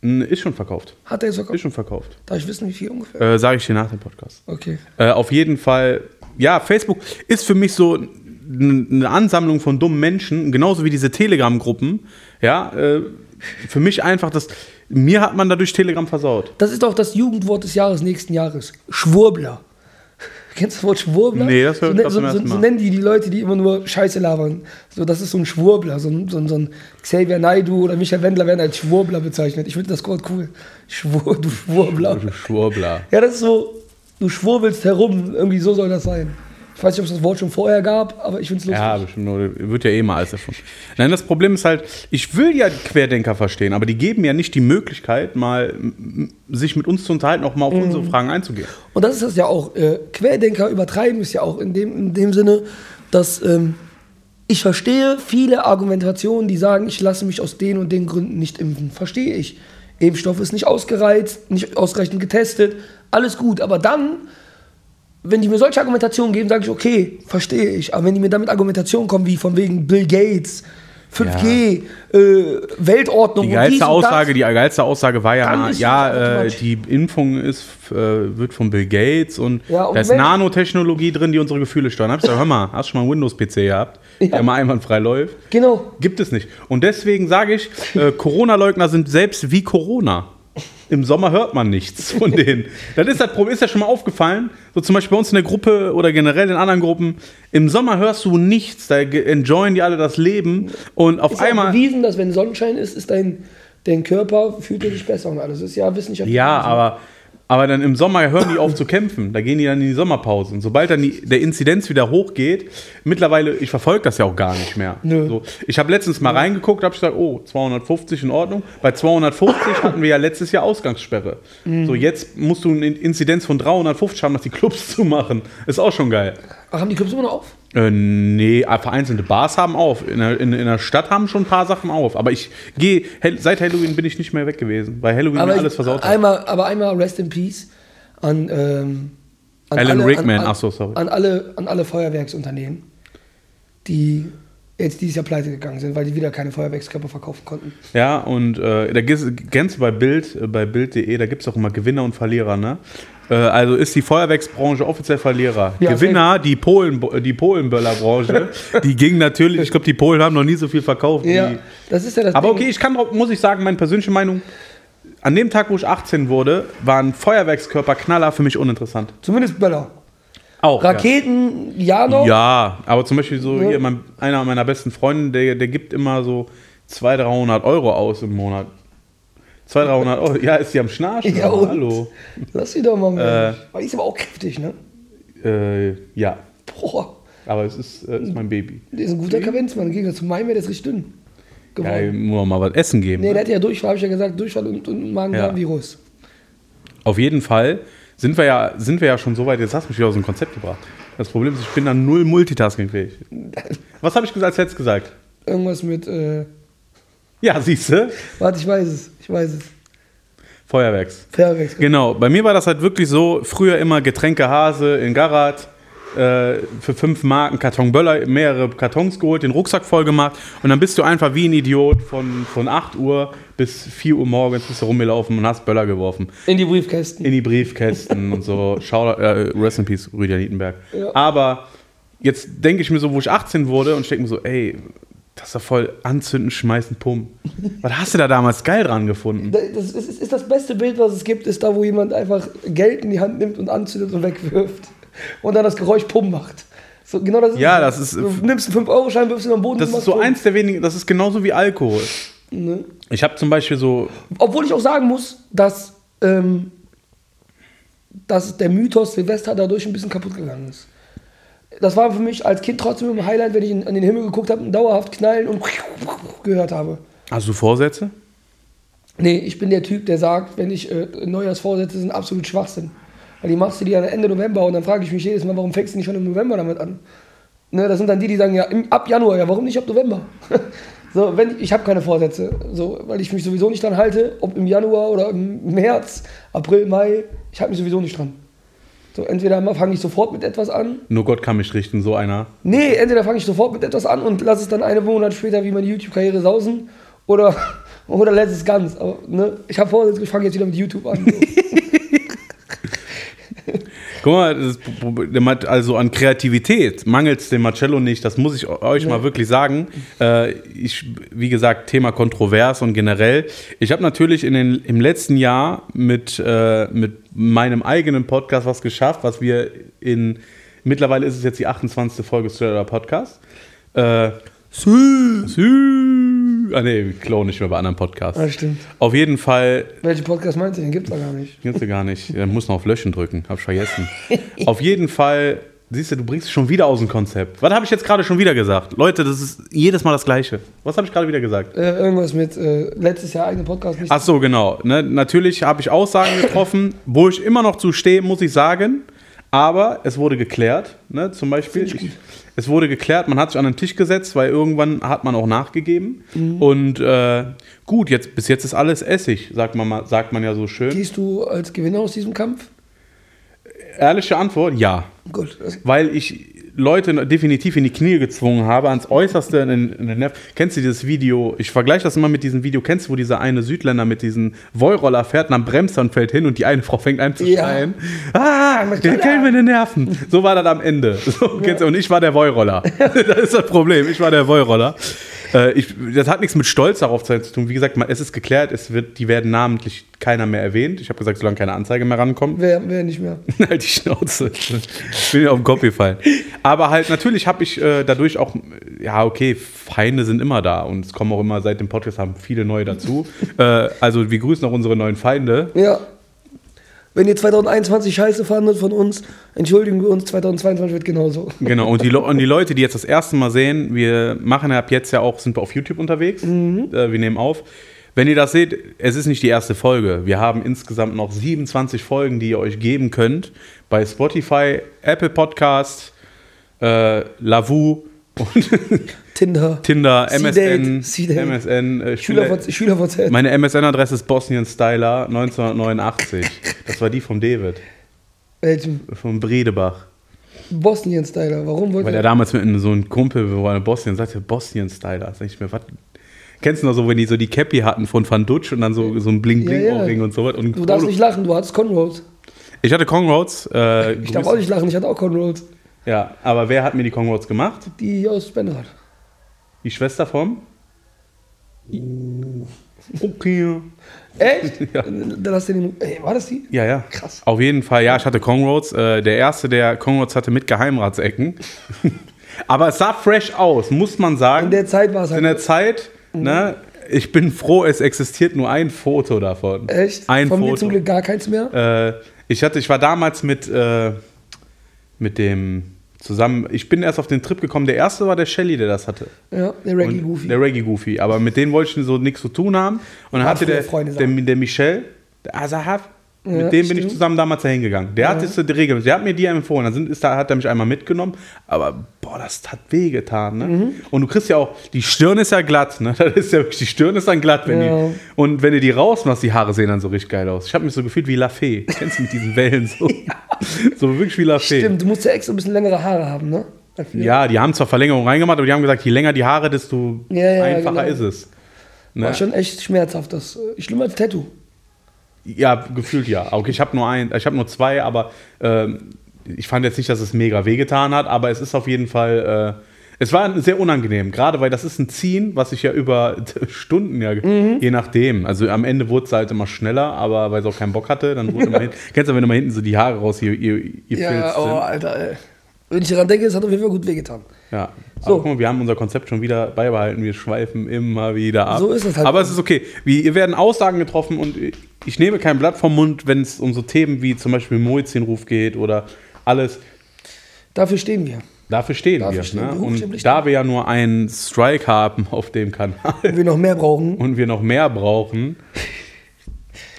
Speaker 2: n- ist schon verkauft.
Speaker 1: Hat er jetzt
Speaker 2: Ist
Speaker 1: verkauft?
Speaker 2: schon verkauft.
Speaker 1: Darf ich wissen, wie viel ungefähr?
Speaker 2: Äh, Sage ich dir nach dem Podcast.
Speaker 1: Okay.
Speaker 2: Äh, auf jeden Fall, ja, Facebook ist für mich so n- eine Ansammlung von dummen Menschen, genauso wie diese Telegram-Gruppen. Ja, äh, für mich einfach das. Mir hat man dadurch Telegram versaut.
Speaker 1: Das ist doch das Jugendwort des Jahres nächsten Jahres. Schwurbler. Kennst du das Wort Schwurbler?
Speaker 2: Nee, das hör
Speaker 1: so,
Speaker 2: ich
Speaker 1: ne-
Speaker 2: grad
Speaker 1: so,
Speaker 2: zum
Speaker 1: so,
Speaker 2: ersten
Speaker 1: so
Speaker 2: Mal.
Speaker 1: nennen die die Leute, die immer nur Scheiße labern. So, das ist so ein Schwurbler. So ein, so ein, so ein Xavier Naidu oder Michael Wendler werden als Schwurbler bezeichnet. Ich finde das Wort cool. Schwur, du Schwurbler.
Speaker 2: Du Schwurbler.
Speaker 1: Ja, das ist so, du schwurbelst herum. Irgendwie so soll das sein. Ich weiß nicht, ob es das Wort schon vorher gab, aber ich finde es lustig.
Speaker 2: Ja, bestimmt nur, wird ja eh mal alles erfunden. Nein, das Problem ist halt, ich will ja Querdenker verstehen, aber die geben ja nicht die Möglichkeit, mal m, sich mit uns zu unterhalten, auch mal auf unsere Fragen einzugehen.
Speaker 1: Und das ist das ja auch. Äh, Querdenker übertreiben ist ja auch in dem, in dem Sinne, dass ähm, ich verstehe viele Argumentationen, die sagen, ich lasse mich aus den und den Gründen nicht impfen. Verstehe ich. Impfstoff ist nicht ausgereizt, nicht ausreichend getestet, alles gut. Aber dann, wenn die mir solche Argumentationen geben, sage ich, okay, verstehe ich. Aber wenn die mir damit Argumentationen kommen, wie von wegen Bill Gates, 5G, äh, Weltordnung
Speaker 2: Die
Speaker 1: und
Speaker 2: geilste
Speaker 1: dies und das.
Speaker 2: Aussage, die geilste Aussage war ja,
Speaker 1: Dann
Speaker 2: mal,
Speaker 1: ist halt
Speaker 2: ja, äh,
Speaker 1: das Quatsch.
Speaker 2: die Impfung ist, f- äh, wird von Bill Gates und,
Speaker 1: Ja, und
Speaker 2: da ist
Speaker 1: wenn-
Speaker 2: Nanotechnologie drin, die unsere Gefühle steuern. Hab ich gesagt, hör mal, hast du schon mal einen Windows-PC gehabt, der
Speaker 1: Ja.
Speaker 2: mal einwandfrei läuft?
Speaker 1: Genau.
Speaker 2: Gibt es nicht. Und deswegen sage ich, äh, Corona-Leugner sind selbst wie Corona. Im Sommer hört man nichts von denen. Das ist das Problem, ist ja schon mal aufgefallen. So zum Beispiel bei uns in der Gruppe oder generell in anderen Gruppen. Im Sommer hörst du nichts, da ge- enjoyen die alle das Leben. Und auf
Speaker 1: Ist ja
Speaker 2: einmal.
Speaker 1: bewiesen, dass wenn Sonnenschein ist, ist dein, dein Körper fühlt er sich besser und alles. Das ist ja wissenschaftlich.
Speaker 2: Ja,
Speaker 1: bewiesen.
Speaker 2: aber, aber dann im Sommer hören die auf zu kämpfen. Da gehen die dann in die Sommerpause. Und sobald dann die, der Inzidenz wieder hochgeht, mittlerweile, ich verfolge das ja auch gar nicht mehr.
Speaker 1: Nö.
Speaker 2: So, ich habe letztens mal reingeguckt, habe gesagt, oh, 250 in Ordnung. Bei 250 hatten wir ja letztes Jahr Ausgangssperre.
Speaker 1: Mhm.
Speaker 2: So, jetzt musst du eine Inzidenz von 350 haben, dass die Clubs zumachen. Ist auch schon geil.
Speaker 1: Ach, haben die Clubs immer noch auf?
Speaker 2: Äh, nee, vereinzelte Bars haben auf. In der, in, in der Stadt haben schon ein paar Sachen auf. Aber ich gehe, Hell- seit Halloween bin ich nicht mehr weg gewesen, weil Halloween mir
Speaker 1: ich-
Speaker 2: alles versaut hat.
Speaker 1: einmal, aber einmal Rest in Peace an, ähm, an
Speaker 2: Alan Rickman,
Speaker 1: an,
Speaker 2: ach so, sorry.
Speaker 1: An alle, an alle Feuerwerksunternehmen, die jetzt dieses Jahr pleite gegangen sind, weil die wieder keine Feuerwerkskörper verkaufen konnten.
Speaker 2: Ja, und äh, da gibt's- kennst du bei Bild, äh, bei Bild.de, da gibt es auch immer Gewinner und Verlierer, ne? Äh, also ist die Feuerwerksbranche offiziell Verlierer.
Speaker 1: Ja,
Speaker 2: Gewinner, die Polen, die Polenböllerbranche, die ging natürlich, ich glaube, die Polen haben noch nie so viel verkauft.
Speaker 1: Ja,
Speaker 2: Wie,
Speaker 1: das ist ja das
Speaker 2: aber
Speaker 1: Ding.
Speaker 2: okay, ich kann drauf, muss ich sagen, meine persönliche Meinung, an dem Tag, wo ich 18 wurde, waren Feuerwerkskörper Knaller für mich uninteressant.
Speaker 1: Zumindest Böller.
Speaker 2: Auch. Oh, ja.
Speaker 1: Raketen, ja, noch.
Speaker 2: Ja, aber zum Beispiel so
Speaker 1: Ja.
Speaker 2: hier mein, einer meiner besten Freunde, der, der gibt immer so 200, 300 Euro aus im Monat. 200, 300 Euro. Ja, ist die am Schnarchen?
Speaker 1: Ja, und?
Speaker 2: Hallo.
Speaker 1: Lass die doch mal.
Speaker 2: Äh.
Speaker 1: Äh, die ist aber auch kräftig, ne?
Speaker 2: Äh, ja,
Speaker 1: Boah.
Speaker 2: aber es ist, äh, ist mein Baby.
Speaker 1: Der ist ein guter Kavenzmann. Im Gegensatz zu meinem wäre der ist richtig dünn geworden.
Speaker 2: Hm. Ja, nur mal was essen geben.
Speaker 1: Nee,
Speaker 2: ne?
Speaker 1: der hat ja Durchfall, habe ich ja gesagt, Durchfall und, und Magen-Darm-Virus.
Speaker 2: Auf jeden Fall sind wir, ja, sind wir ja schon so weit, jetzt hast du mich wieder aus dem Konzept gebracht. Das Problem ist, ich bin dann null multitaskingfähig. Was habe ich gesagt- als letztes gesagt?
Speaker 1: Irgendwas mit, äh,
Speaker 2: Ja, siehst du?
Speaker 1: warte, ich weiß es, ich weiß es.
Speaker 2: Feuerwerks.
Speaker 1: Fairwex.
Speaker 2: Genau, bei mir war das halt wirklich so, früher immer Getränkehase in Garat, äh, für fünf Mark einen Karton Böller, mehrere Kartons geholt, den Rucksack voll gemacht und dann bist du einfach wie ein Idiot von, von 8 Uhr bis 4 Uhr morgens bist du rumgelaufen und hast Böller geworfen.
Speaker 1: In die Briefkästen.
Speaker 2: In die Briefkästen und so. Schau, äh, rest in peace, Rüdiger Nietenberg.
Speaker 1: Ja.
Speaker 2: Aber jetzt denke ich mir so, wo ich 18 wurde und ich denke mir so, ey, das ist doch voll anzünden, schmeißen, pumpen. Was hast du da damals geil dran gefunden?
Speaker 1: Da- Das ist, ist, ist das beste Bild, was es gibt, ist da, wo jemand einfach Geld in die Hand nimmt und anzündet und wegwirft. Und dann das Geräusch Pum macht. So, genau das ist
Speaker 2: Ja,
Speaker 1: es.
Speaker 2: das ist-
Speaker 1: Du nimmst einen 5-Euro-Schein, wirfst ihn am Boden
Speaker 2: Das
Speaker 1: und machst
Speaker 2: ist
Speaker 1: um.
Speaker 2: so
Speaker 1: Pum.
Speaker 2: eins der wenigen, das ist genauso wie Alkohol.
Speaker 1: Ne?
Speaker 2: Ich habe zum Beispiel so,
Speaker 1: Obwohl ich auch sagen muss, dass, ähm, dass der Mythos Silvester dadurch ein bisschen kaputt gegangen ist. Das war für mich als Kind trotzdem ein Highlight, wenn ich in, an den Himmel geguckt habe und dauerhaft knallen und gehört habe.
Speaker 2: hast du Vorsätze?
Speaker 1: Nee, ich bin der Typ, der sagt, wenn ich äh, Neujahrsvorsätze sind absolut Schwachsinn. Weil die machst du dir dann Ende November und dann frage ich mich jedes Mal, warum fängst du nicht schon im November damit an? Ne, das sind dann die, die sagen, ja, im, ab Januar, ja, warum nicht ab November? so, wenn ich, ich habe keine Vorsätze, so, weil ich mich sowieso nicht dran halte, ob im Januar oder im März, April, Mai, ich halte mich sowieso nicht dran. So, entweder fange ich sofort mit etwas an,
Speaker 2: Nur Gott kann mich richten, so einer.
Speaker 1: nee, entweder fange ich sofort mit etwas an und lasse es dann einen Monat später wie meine YouTube-Karriere sausen oder, oder lasse es ganz. Aber, ne, ich habe Vorsätze, ich fange jetzt wieder mit YouTube an. So.
Speaker 2: Guck mal, das ist, also an Kreativität mangelt es dem Marcello nicht, das muss ich euch mal wirklich sagen. Äh, ich, wie gesagt, Thema kontrovers und generell. Ich habe natürlich in den, im letzten Jahr mit, äh, mit meinem eigenen Podcast was geschafft, was wir in, mittlerweile ist es jetzt die 28. Folge Straight Podcast. Äh, Sü. Sü. Ah, nee, Klo nicht mehr bei anderen Podcasts.
Speaker 1: Ah, stimmt.
Speaker 2: Auf jeden Fall
Speaker 1: Welchen Podcast meinst du? Den gibt's doch gar nicht.
Speaker 2: Kennst du gar nicht. Er muss noch auf Löschen drücken. Hab ich vergessen. auf jeden Fall, siehst du, du bringst es schon wieder aus dem Konzept. Was habe ich jetzt gerade schon wieder gesagt? Leute, das ist jedes Mal das Gleiche. Was habe ich gerade wieder gesagt?
Speaker 1: Äh, irgendwas mit äh, letztes Jahr eigene Podcast nicht.
Speaker 2: Ach so, genau. Ne, natürlich habe ich Aussagen getroffen, wo ich immer noch zu stehe, muss ich sagen. Aber es wurde geklärt. Ne, zum Beispiel,
Speaker 1: Finde ich
Speaker 2: ich, es wurde geklärt, man hat sich an den Tisch gesetzt, weil irgendwann hat man auch nachgegeben. Und äh, gut, jetzt, bis jetzt ist alles Essig, sagt man, mal, sagt man ja so schön.
Speaker 1: Gehst du als Gewinner aus diesem Kampf?
Speaker 2: Ehrliche Antwort, ja.
Speaker 1: Gut. Das,
Speaker 2: weil ich Leute definitiv in die Knie gezwungen habe, ans Äußerste in, den- in den Nerv. Kennst du dieses Video? Ich vergleiche das immer mit diesem Video. Kennst du, wo dieser eine Südländer mit diesem Wollroller fährt und am Bremser und fällt hin und die eine Frau fängt an zu
Speaker 1: Ja.
Speaker 2: schreien? Ah, der kennt mir den Nerven. So war das am Ende. So, kennst du? Und ich war der Wollroller. das ist das Problem. Ich war der Wollroller. Äh, ich, das hat nichts mit Stolz darauf zu tun. Wie gesagt, man- es ist geklärt, es wird, die werden namentlich keiner mehr erwähnt. Ich habe gesagt, solange keine Anzeige mehr rankommt,
Speaker 1: wer, wer nicht mehr?
Speaker 2: halt die Schnauze. Ich bin ja auf den Kopf gefallen. Aber halt, natürlich habe ich äh, dadurch auch, äh, ja, okay, Feinde sind immer da und es kommen auch immer seit dem Podcast haben viele neue dazu. äh, also, wir grüßen auch unsere neuen Feinde.
Speaker 1: Ja. Wenn ihr 2021 scheiße fandet von uns, entschuldigen wir uns, 2022 wird genauso.
Speaker 2: Genau, und die, Le- und die Leute, die jetzt das erste Mal sehen, wir machen ab jetzt ja auch, sind wir auf YouTube unterwegs, äh, wir nehmen auf. Wenn ihr das seht, es ist nicht die erste Folge. Wir haben insgesamt noch 27 Folgen, die ihr euch geben könnt. Bei Spotify, Apple Podcast, äh, Lavu und
Speaker 1: Tinder.
Speaker 2: Tinder,
Speaker 1: Sie
Speaker 2: MSN,
Speaker 1: date, sie date.
Speaker 2: MSN, äh,
Speaker 1: Schüler,
Speaker 2: Schüler,
Speaker 1: Schüler, Schüler
Speaker 2: meine MSN-Adresse ist Bosnian Styler 1989. Das war die vom David,
Speaker 1: Welchen?
Speaker 2: vom Bredebach.
Speaker 1: Bosnien-Styler. Warum wollte
Speaker 2: Weil er damals mit einem- so einem Kumpel, wir waren in Bosnien, sagte Bosnian Styler. Sag ich mir, was? Kennst du noch so, wenn die so die Cappy hatten von Van Dutsch und dann so, so
Speaker 1: Ja,
Speaker 2: ein
Speaker 1: ja.
Speaker 2: Bling-Bling-Ohrring und so was? Und
Speaker 1: Du darfst
Speaker 2: Polo-
Speaker 1: nicht lachen, du hattest Conroads.
Speaker 2: ich hatte Conroads. Äh,
Speaker 1: Ich darf auch nicht lachen, ich hatte auch Conroads.
Speaker 2: Ja, aber wer hat mir die Conroads gemacht?
Speaker 1: Die aus Spenrad.
Speaker 2: Die Schwester vom?
Speaker 1: Oh.
Speaker 2: Okay.
Speaker 1: Echt?
Speaker 2: Ja.
Speaker 1: Dann hast du den. Ey, war das die?
Speaker 2: Ja, ja.
Speaker 1: Krass.
Speaker 2: Auf jeden Fall, ja, ich hatte Conroads. Äh, der erste, der Conroads hatte mit Geheimratsecken. Aber es sah fresh aus, muss man sagen.
Speaker 1: In der Zeit war es
Speaker 2: In der
Speaker 1: halt.
Speaker 2: Zeit, ne? Ich bin froh, es existiert nur ein Foto davon.
Speaker 1: Echt?
Speaker 2: Ein
Speaker 1: Von
Speaker 2: Foto.
Speaker 1: mir zum Glück gar keins mehr.
Speaker 2: Äh, ich hatte, ich war damals mit, äh, mit dem zusammen. Ich bin erst auf den Trip gekommen. Der erste war der Shelly, der das hatte.
Speaker 1: Ja, der Reggae
Speaker 2: Und
Speaker 1: Goofy.
Speaker 2: Der Reggae Goofy. Aber mit denen wollte ich so nichts zu tun haben. Und dann
Speaker 1: War
Speaker 2: hatte
Speaker 1: früher
Speaker 2: der,
Speaker 1: Freunde
Speaker 2: der,
Speaker 1: sagen.
Speaker 2: der Michel, der Azahaf, mit
Speaker 1: Ja,
Speaker 2: dem bin ich
Speaker 1: stimmt.
Speaker 2: zusammen damals dahin gegangen. Der hatte so die Regeln. Der hat mir die empfohlen. Dann sind, ist, da hat er mich einmal mitgenommen. Aber boah, das hat wehgetan. Ne?
Speaker 1: Mhm.
Speaker 2: Und du kriegst ja auch, die Stirn ist ja glatt. Ne? Das ist ja wirklich, die Stirn ist dann glatt. Wenn
Speaker 1: Ja.
Speaker 2: die, und wenn du die rausmachst, die Haare sehen dann so richtig geil aus. Ich habe mich so gefühlt wie La Fee. Kennst du mit diesen Wellen so? So wirklich wie La Fee.
Speaker 1: Stimmt, du musst ja extra ein bisschen längere Haare haben, ne? Dafür.
Speaker 2: Ja, die haben zwar Verlängerung reingemacht, aber die haben gesagt, je länger die Haare, desto
Speaker 1: Ja, ja,
Speaker 2: einfacher
Speaker 1: genau.
Speaker 2: ist es.
Speaker 1: War
Speaker 2: Ne?
Speaker 1: schon echt schmerzhaft. Das, äh, schlimmer als Tattoo.
Speaker 2: Ja, gefühlt ja. Okay, ich habe nur ein, ich habe nur zwei, aber ähm, ich fand jetzt nicht, dass es mega wehgetan hat, aber es ist auf jeden Fall. Äh, es war sehr unangenehm, gerade weil das ist ein Ziehen, was ich ja über Stunden ja,
Speaker 1: Mhm.
Speaker 2: je nachdem. Also am Ende wurde es halt immer schneller, aber weil es auch keinen Bock hatte, dann wurde immer hinten. Kennst du, wenn immer hinten so die Haare raus hier, ihr, ihr
Speaker 1: Ja, oh,
Speaker 2: sind?
Speaker 1: Alter, ey. Wenn ich daran denke, es hat auf jeden Fall gut wehgetan.
Speaker 2: Ja.
Speaker 1: So.
Speaker 2: Aber guck mal, wir haben unser Konzept schon wieder beibehalten. Wir schweifen immer wieder ab.
Speaker 1: So ist es halt.
Speaker 2: Aber es ist okay. Wir hier werden Aussagen getroffen und ich nehme kein Blatt vom Mund, wenn es um so Themen wie zum Beispiel Moizinruf geht oder alles.
Speaker 1: Dafür stehen wir.
Speaker 2: Dafür stehen
Speaker 1: Dafür
Speaker 2: wir.
Speaker 1: stehen
Speaker 2: ne?
Speaker 1: wir
Speaker 2: Und
Speaker 1: hochstimmblich
Speaker 2: da wir ja nur einen Strike haben auf dem Kanal
Speaker 1: Wenn wir noch mehr brauchen,
Speaker 2: und wir noch mehr brauchen,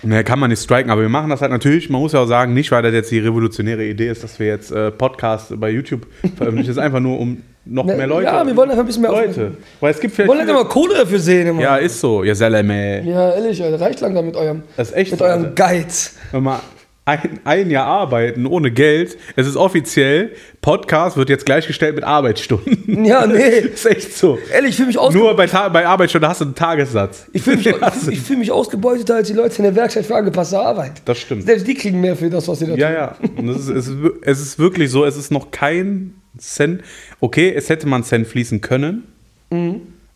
Speaker 2: naja, kann man nicht striken, aber wir machen das halt natürlich, man muss ja auch sagen, nicht weil das jetzt die revolutionäre Idee ist, dass wir jetzt äh, Podcasts bei YouTube veröffentlichen, das ist einfach nur um noch
Speaker 1: Ne,
Speaker 2: mehr Leute.
Speaker 1: ja, wir wollen einfach ein bisschen mehr
Speaker 2: Leute.
Speaker 1: aufmerksam-
Speaker 2: Weil es gibt vielleicht.
Speaker 1: wollen halt
Speaker 2: viele-
Speaker 1: immer Kohle dafür sehen. Immer.
Speaker 2: ja, ist so. Ja, Salame.
Speaker 1: Ja, ehrlich, Alter, reicht langsam mit eurem,
Speaker 2: Das ist echt
Speaker 1: mit
Speaker 2: so,
Speaker 1: eurem
Speaker 2: Alter.
Speaker 1: Geiz.
Speaker 2: Hör mal, ein, ein Jahr arbeiten ohne Geld. Es ist offiziell, Podcast wird jetzt gleichgestellt mit Arbeitsstunden.
Speaker 1: Ja, nee.
Speaker 2: ist echt so.
Speaker 1: Ehrlich, ich fühle mich ausgebeutet.
Speaker 2: Nur bei, Ta- bei Arbeitsstunden hast du einen Tagessatz.
Speaker 1: Ich fühle mich,
Speaker 2: Den
Speaker 1: ich
Speaker 2: hast du.
Speaker 1: fühl, ich fühl mich ausgebeuteter als die Leute in der Werkstatt für angepasste Arbeit.
Speaker 2: Das stimmt.
Speaker 1: Selbst die kriegen mehr für das, was sie da
Speaker 2: Ja, ja. Und es, ist, es, ist, wir- es ist wirklich so, es ist noch kein Cent. Okay, es hätte man Cent fließen können,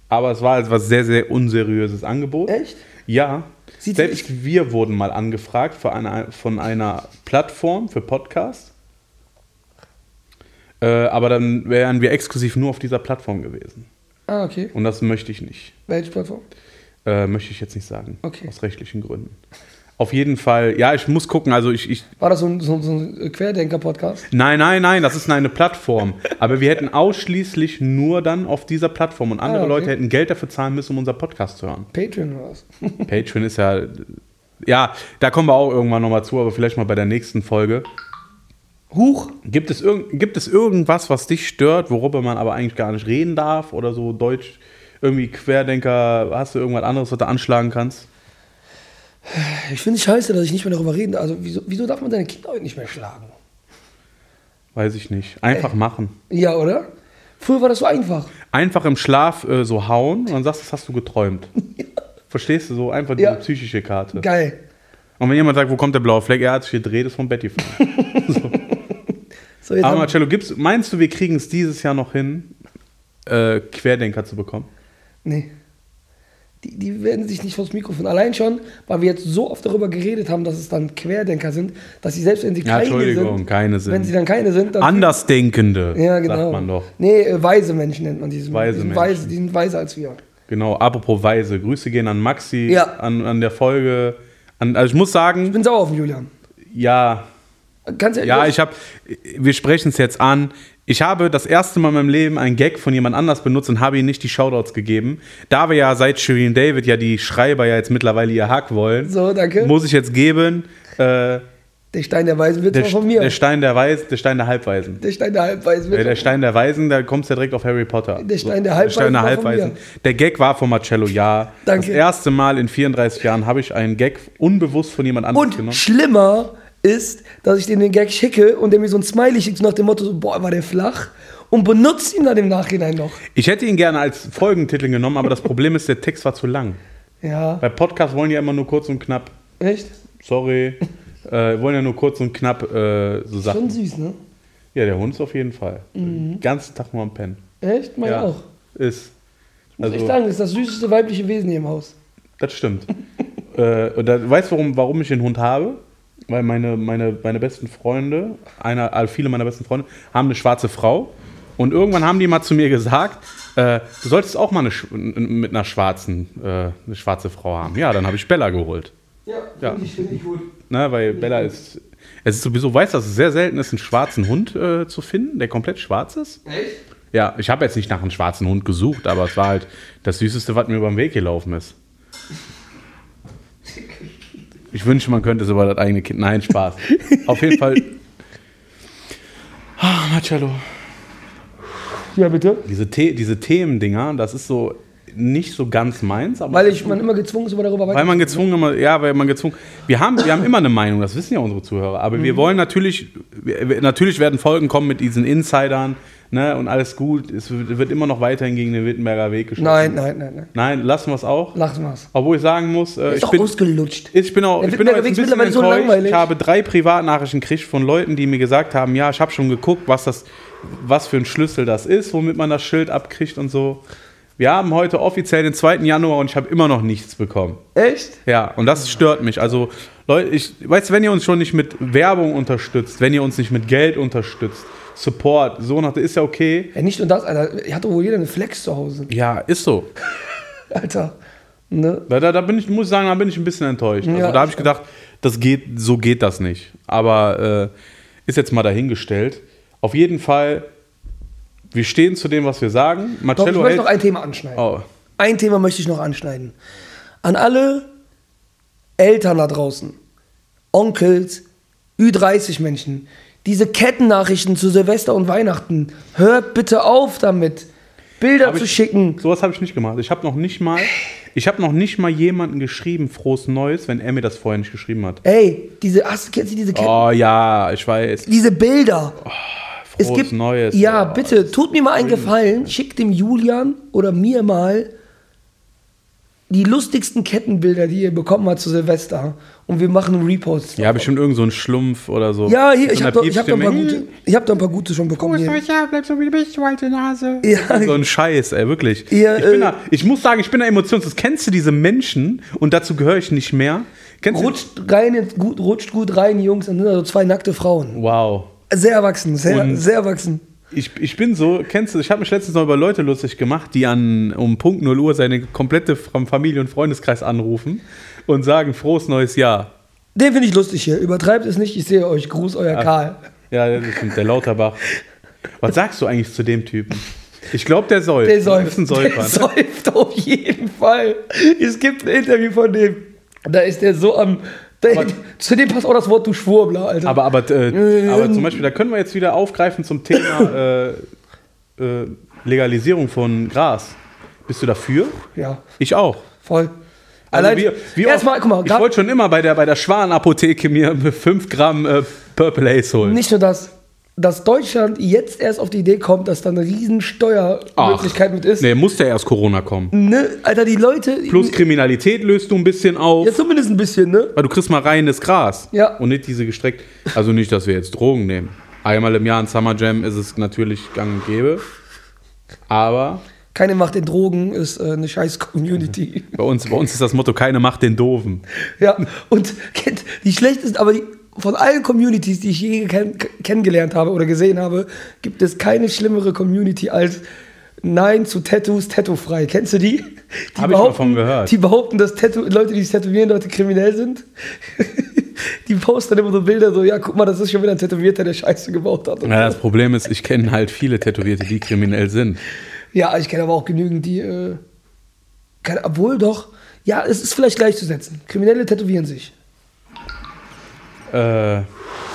Speaker 2: aber es war etwas sehr, sehr unseriöses Angebot.
Speaker 1: Echt?
Speaker 2: Ja.
Speaker 1: Sieht-
Speaker 2: Selbst wir wurden mal angefragt für eine, von einer Plattform für Podcast. Äh, aber dann wären wir exklusiv nur auf dieser Plattform gewesen.
Speaker 1: Ah, okay.
Speaker 2: Und das möchte ich nicht.
Speaker 1: Welche Plattform?
Speaker 2: Äh, möchte ich jetzt nicht sagen.
Speaker 1: Okay.
Speaker 2: Aus rechtlichen Gründen. Auf jeden Fall, ja, ich muss gucken. Also ich, ich,
Speaker 1: War das so ein, so, ein- so ein äh, Querdenker-Podcast?
Speaker 2: Nein, nein, nein, das ist eine Plattform. Aber wir hätten ausschließlich nur dann auf dieser Plattform und andere
Speaker 1: Ah, okay.
Speaker 2: Leute hätten Geld dafür zahlen müssen, um unseren Podcast zu hören.
Speaker 1: Patreon oder was?
Speaker 2: Patreon ist ja. Ja, da kommen wir auch irgendwann nochmal zu, aber vielleicht mal bei der nächsten Folge.
Speaker 1: Huch!
Speaker 2: Gibt es, irg gibt es irgendwas, was dich stört, worüber man aber eigentlich gar nicht reden darf oder so Deutsch, irgendwie Querdenker, hast du irgendwas anderes, was du anschlagen kannst?
Speaker 1: Ich finde es scheiße, dass ich nicht mehr darüber reden darf. Also, wieso, wieso darf man seine Kinder heute nicht mehr schlagen?
Speaker 2: Weiß ich nicht. Einfach
Speaker 1: Äh.
Speaker 2: machen.
Speaker 1: Ja, oder? Früher war das so einfach.
Speaker 2: Einfach im Schlaf äh, so hauen und dann sagst du, das hast du geträumt. Verstehst du so? Einfach diese
Speaker 1: Ja.
Speaker 2: psychische Karte.
Speaker 1: Geil.
Speaker 2: Und wenn jemand sagt, wo kommt der blaue Fleck, er hat sich gedreht, ist vom Bett gefallen.
Speaker 1: So, jetzt
Speaker 2: Aber
Speaker 1: haben,
Speaker 2: Marcello, gibt's, meinst du, wir kriegen es dieses Jahr noch hin, äh, Querdenker zu bekommen?
Speaker 1: nee. Die, die werden sich nicht vors Mikrofon. Allein schon, weil wir jetzt so oft darüber geredet haben, dass es dann Querdenker sind, dass sie selbst wenn sie
Speaker 2: Ja,
Speaker 1: keine
Speaker 2: Entschuldigung,
Speaker 1: sind,
Speaker 2: keine sind.
Speaker 1: wenn sie dann keine sind, dann
Speaker 2: Andersdenkende,
Speaker 1: ja, genau.
Speaker 2: sagt man doch.
Speaker 1: Nee, äh, weise Menschen nennt man diese.
Speaker 2: Weise
Speaker 1: die sind
Speaker 2: Menschen.
Speaker 1: Weise, die sind weiser als wir.
Speaker 2: Genau, apropos Weise. Grüße gehen an Maxi,
Speaker 1: Ja.
Speaker 2: an, an der Folge. An, also ich muss
Speaker 1: Ich
Speaker 2: sagen,
Speaker 1: bin sauer auf den Julian.
Speaker 2: ja,
Speaker 1: Ganz ehrlich.
Speaker 2: ja, ich habe, wir sprechen es jetzt an. Ich habe das erste Mal in meinem Leben einen Gag von jemand anders benutzt und habe ihm nicht die Shoutouts gegeben. Da wir ja seit Shirin David ja die Schreiber ja jetzt mittlerweile ihr Hack wollen,
Speaker 1: So, danke.
Speaker 2: muss ich jetzt geben. Äh,
Speaker 1: der Stein der Weisen wird
Speaker 2: Der,
Speaker 1: zwar von mir.
Speaker 2: der Stein der Weisen, der Stein der Halbweisen.
Speaker 1: Der Stein der Halbweisen
Speaker 2: Äh,
Speaker 1: wird
Speaker 2: Der Stein der Weisen, da kommst du ja direkt auf Harry Potter.
Speaker 1: Der Stein
Speaker 2: So,
Speaker 1: der Halbweisen
Speaker 2: Stein der,
Speaker 1: war von
Speaker 2: Halbweisen.
Speaker 1: mir.
Speaker 2: der Gag war von Marcello, ja.
Speaker 1: Danke.
Speaker 2: Das erste Mal in 34 Jahren habe ich einen Gag unbewusst von jemand anderem
Speaker 1: Und
Speaker 2: genommen.
Speaker 1: schlimmer ist, dass ich den den Gag schicke und der mir so ein Smiley schickt so nach dem Motto, so, boah, war der flach und benutzt ihn dann im Nachhinein noch.
Speaker 2: Ich hätte ihn gerne als Folgentitel genommen, aber das Problem ist, der Text war zu lang.
Speaker 1: Ja,
Speaker 2: Bei Podcasts wollen die ja immer nur kurz und knapp.
Speaker 1: echt?
Speaker 2: Sorry. Äh, wollen ja nur kurz und knapp äh, so
Speaker 1: Schon
Speaker 2: Sachen.
Speaker 1: süß, ne?
Speaker 2: Ja, der Hund ist auf jeden Fall. Den ganzen Tag nur am Pennen.
Speaker 1: Echt? Meine
Speaker 2: ja, Also-
Speaker 1: auch.
Speaker 2: Ist.
Speaker 1: Muss ich sagen, das ist das süßeste weibliche Wesen hier im Haus.
Speaker 2: Das stimmt. äh, und da, weißt du, warum, warum ich den Hund habe? Weil meine, meine, meine besten Freunde, einer, also viele meiner besten Freunde, haben eine schwarze Frau. Und irgendwann haben die mal zu mir gesagt, äh, du solltest auch mal eine, Sch- n- n- mit einer schwarzen, äh, eine schwarze Frau haben. Ja, dann habe ich Bella geholt.
Speaker 1: Ja,
Speaker 2: Ja. find
Speaker 1: ich, finde ich gut.
Speaker 2: Ne, weil Bella ist, es ist sowieso, weißt du, dass es sehr selten ist, einen schwarzen Hund äh, zu finden, der komplett schwarz ist?
Speaker 1: Echt?
Speaker 2: Ja, ich habe jetzt nicht nach einem schwarzen Hund gesucht, aber es war halt das Süßeste, was mir über den Weg gelaufen ist. Ich wünsche, man könnte es über das eigene Kind. Nein, Spaß. Auf jeden Fall. Ah, Marcello.
Speaker 1: Ja, bitte?
Speaker 2: Diese, The diese Themendinger, das ist so nicht so ganz meins, aber.
Speaker 1: Weil ich, man immer gezwungen ist, über darüber
Speaker 2: Weil
Speaker 1: weiter.
Speaker 2: man gezwungen immer, ja, weil man gezwungen. Wir haben, wir haben immer eine Meinung, das wissen ja unsere Zuhörer. Aber
Speaker 1: Mhm.
Speaker 2: wir wollen natürlich, wir, wir- natürlich werden Folgen kommen mit diesen Insidern, ne, und alles gut. Es wird wird immer noch weiterhin gegen den Wittenberger Weg geschossen.
Speaker 1: Nein, nein, nein, nein.
Speaker 2: Nein, lassen wir es auch.
Speaker 1: Lass mal's.
Speaker 2: Obwohl ich sagen muss, äh,
Speaker 1: Ist
Speaker 2: ich
Speaker 1: doch
Speaker 2: bin,
Speaker 1: ausgelutscht.
Speaker 2: ich bin auch,
Speaker 1: Der
Speaker 2: ich bin auch
Speaker 1: Wittenberger
Speaker 2: jetzt ein
Speaker 1: Weg ist
Speaker 2: bisschen
Speaker 1: mittlerweile so
Speaker 2: enttäuscht.
Speaker 1: langweilig.
Speaker 2: ich habe drei Privatnachrichten gekriegt von Leuten, die mir gesagt haben, ja, ich habe schon geguckt, was das, was für ein Schlüssel das ist, womit man das Schild abkriegt und so. Wir haben heute offiziell den 2. Januar und ich habe immer noch nichts bekommen.
Speaker 1: Echt?
Speaker 2: Ja, und das stört mich. Also, Leute, ich weiß, wenn ihr uns schon nicht mit Werbung unterstützt, wenn ihr uns nicht mit Geld unterstützt, Support, so nach, ist ja okay.
Speaker 1: Ja, nicht nur das, Alter. Hat doch wohl jeder eine Flex zu Hause.
Speaker 2: Ja, ist so.
Speaker 1: Alter. Ne?
Speaker 2: Da, da, da bin ich, muss ich sagen, da bin ich ein bisschen enttäuscht. Also,
Speaker 1: Ja,
Speaker 2: da habe ich gedacht, das geht, so geht das nicht. Aber äh, ist jetzt mal dahingestellt. Auf jeden Fall, wir stehen zu dem, was wir sagen.
Speaker 1: Doch, ich
Speaker 2: Marcello
Speaker 1: möchte noch
Speaker 2: hält.
Speaker 1: ein Thema anschneiden.
Speaker 2: Oh,
Speaker 1: Ein Thema möchte ich noch anschneiden. An alle Eltern da draußen, Onkels, Ü30-Menschen, diese Kettennachrichten zu Silvester und Weihnachten, hört bitte auf damit, Bilder
Speaker 2: Hab
Speaker 1: zu
Speaker 2: ich-
Speaker 1: schicken.
Speaker 2: sowas habe ich nicht gemacht. Ich habe noch nicht mal. Ich habe noch nicht mal jemanden geschrieben, frohes Neues, wenn er mir das vorher nicht geschrieben hat.
Speaker 1: Ey, diese, hast du, kennst du diese, Ke-
Speaker 2: Oh ja, ich weiß.
Speaker 1: diese Bilder?
Speaker 2: Frohes Neues.
Speaker 1: Ja,
Speaker 2: oh.
Speaker 1: bitte, tut mir mal einen Gefallen, schickt dem Julian oder mir mal die lustigsten Kettenbilder, die ihr bekommen habt zu Silvester. Und wir machen einen Repost.
Speaker 2: Ja, bestimmt irgend so ein Schlumpf oder so.
Speaker 1: Ja, hier, ich
Speaker 2: Und
Speaker 1: habe
Speaker 2: da
Speaker 1: da, ich hab
Speaker 2: piepst
Speaker 1: da ein
Speaker 2: du
Speaker 1: paar
Speaker 2: mir,
Speaker 1: gute. Ich habe da ein paar gute schon bekommen. Hier.
Speaker 3: Ja, bleib so wie du bist, du alte Nase.
Speaker 1: Ja,
Speaker 2: Hm, So ein Scheiß, ey, wirklich.
Speaker 1: Ja,
Speaker 2: ich, bin
Speaker 1: äh,
Speaker 2: da, ich muss sagen, ich bin da emotionslos. Kennst du diese Menschen? Und dazu gehöre ich nicht mehr. Kennst
Speaker 1: rutscht, rein, in- gut, rutscht gut rein, die Jungs. Und sind da so zwei nackte Frauen.
Speaker 2: du? Wow.
Speaker 1: Sehr erwachsen, sehr,
Speaker 2: Und-
Speaker 1: sehr erwachsen.
Speaker 2: Ich, ich bin so, kennst du, ich habe mich letztens noch über Leute lustig gemacht, die an um Punkt 0 Uhr seine komplette Fam- Familie- und Freundeskreis anrufen und sagen, frohes neues Jahr.
Speaker 1: Den finde ich lustig hier. Übertreibt es nicht, ich sehe euch. Gruß, euer Karl.
Speaker 2: Ja, das ist der Lauterbach. Was sagst du eigentlich zu dem Typen? Ich glaube, der soll.
Speaker 1: Der säuft.
Speaker 2: Ist ein Säufer.
Speaker 1: Der säuft auf jeden Fall. Es gibt ein Interview von dem. Da ist der so am. Da,
Speaker 2: Aber-
Speaker 1: zu dem passt auch das Wort du Schwurbler, Alter.
Speaker 2: Aber, aber, äh, aber zum Beispiel, da können wir jetzt wieder aufgreifen zum Thema äh, äh, Legalisierung von Gras. Bist du dafür?
Speaker 1: ja,
Speaker 2: Ich auch.
Speaker 1: voll.
Speaker 2: Also
Speaker 1: Allein.
Speaker 2: wie, wie oft,
Speaker 1: erstmal, guck mal,
Speaker 2: ich
Speaker 1: grad,
Speaker 2: wollte schon immer bei der, bei der Schwanapotheke mir 5 Gramm äh, Purple Haze holen.
Speaker 1: nicht nur das, dass Deutschland jetzt erst auf die Idee kommt, dass da eine riesen Steuermöglichkeit mit ist.
Speaker 2: Nee, muss ja erst Corona kommen.
Speaker 1: Ne? Alter, die Leute.
Speaker 2: Plus Kriminalität löst du ein bisschen auf.
Speaker 1: ja, zumindest ein bisschen, ne?
Speaker 2: Weil du kriegst mal reines Gras.
Speaker 1: Ja.
Speaker 2: Und nicht diese gestreckt. Also nicht, dass wir jetzt Drogen nehmen. Einmal im Jahr ein Summer Jam ist es natürlich gang und gäbe. Aber
Speaker 1: Keine Macht in Drogen ist äh, eine scheiß Community.
Speaker 2: bei uns, bei uns ist das Motto, keine macht den Doofen.
Speaker 1: Ja, und kennt die schlechtesten, aber die, von allen Communities, die ich je ken kennengelernt habe oder gesehen habe, gibt es keine schlimmere Community als Nein zu Tattoos, Tattoo-frei. Kennst du die? die
Speaker 2: mal
Speaker 1: behaupten-
Speaker 2: von gehört.
Speaker 1: Die behaupten, dass Tattoo Leute, die sich tätowieren, Leute kriminell sind. die posten dann immer so Bilder, so, ja, guck mal, das ist schon wieder ein Tätowierter, der Scheiße gebaut hat.
Speaker 2: Ja, das Problem ist, ich kenne halt viele Tätowierte, die kriminell sind.
Speaker 1: Ja, ich kenne aber auch genügend, die, äh, keine, obwohl doch, ja, es ist vielleicht gleichzusetzen. Kriminelle tätowieren sich.
Speaker 2: Äh,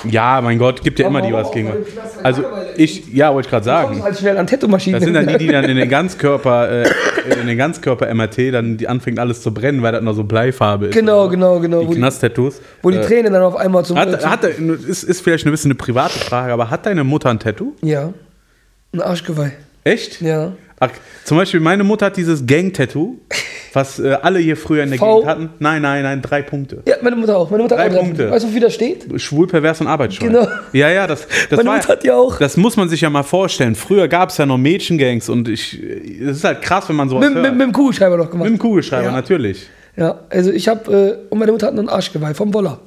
Speaker 2: ja, mein Gott, gibt ja immer die was gegen. Also ich, ja, wollte ich gerade sagen.
Speaker 1: Kommst halt schnell an Tattoo-Maschinen.
Speaker 2: Das sind dann die, die dann in den Ganzkörper, äh, in den Ganzkörper-MRT dann die anfängt alles zu brennen, weil das noch so Bleifarbe ist.
Speaker 1: Genau, genau, genau.
Speaker 2: Die
Speaker 1: Wo die,
Speaker 2: Knast-Tattoos.
Speaker 1: wo die
Speaker 2: Äh,
Speaker 1: Tränen dann auf einmal zum. äh,
Speaker 2: Hat,
Speaker 1: zum
Speaker 2: hat, ist, ist vielleicht ein bisschen eine private Frage, aber hat deine Mutter ein Tattoo?
Speaker 1: ja. Ein Arschgeweih.
Speaker 2: Echt?
Speaker 1: Ja.
Speaker 2: Ach, zum Beispiel, meine Mutter hat dieses Gang-Tattoo, was äh, alle hier früher in der
Speaker 1: V.
Speaker 2: Gegend hatten. Nein, nein, nein, drei Punkte.
Speaker 1: Ja, meine Mutter auch. Meine Mutter hat
Speaker 2: Drei
Speaker 1: auch. drauf.
Speaker 2: Punkte.
Speaker 1: Weißt du, wie das steht?
Speaker 2: Schwul, pervers und arbeitsscheu.
Speaker 1: Genau.
Speaker 2: Ja, ja, das, das
Speaker 1: Meine
Speaker 2: war-
Speaker 1: Mutter hat die auch.
Speaker 2: Das muss man sich ja mal vorstellen. Früher gab es ja noch Mädchengangs und ich, es ist halt krass, wenn man sowas
Speaker 1: Mit, mit,
Speaker 2: hört.
Speaker 1: mit dem Kugelschreiber noch gemacht.
Speaker 2: Mit dem Kugelschreiber,
Speaker 1: Ja.
Speaker 2: natürlich.
Speaker 1: Ja, also ich habe. Äh, und meine Mutter hat noch ein Arschgeweih vom Woller.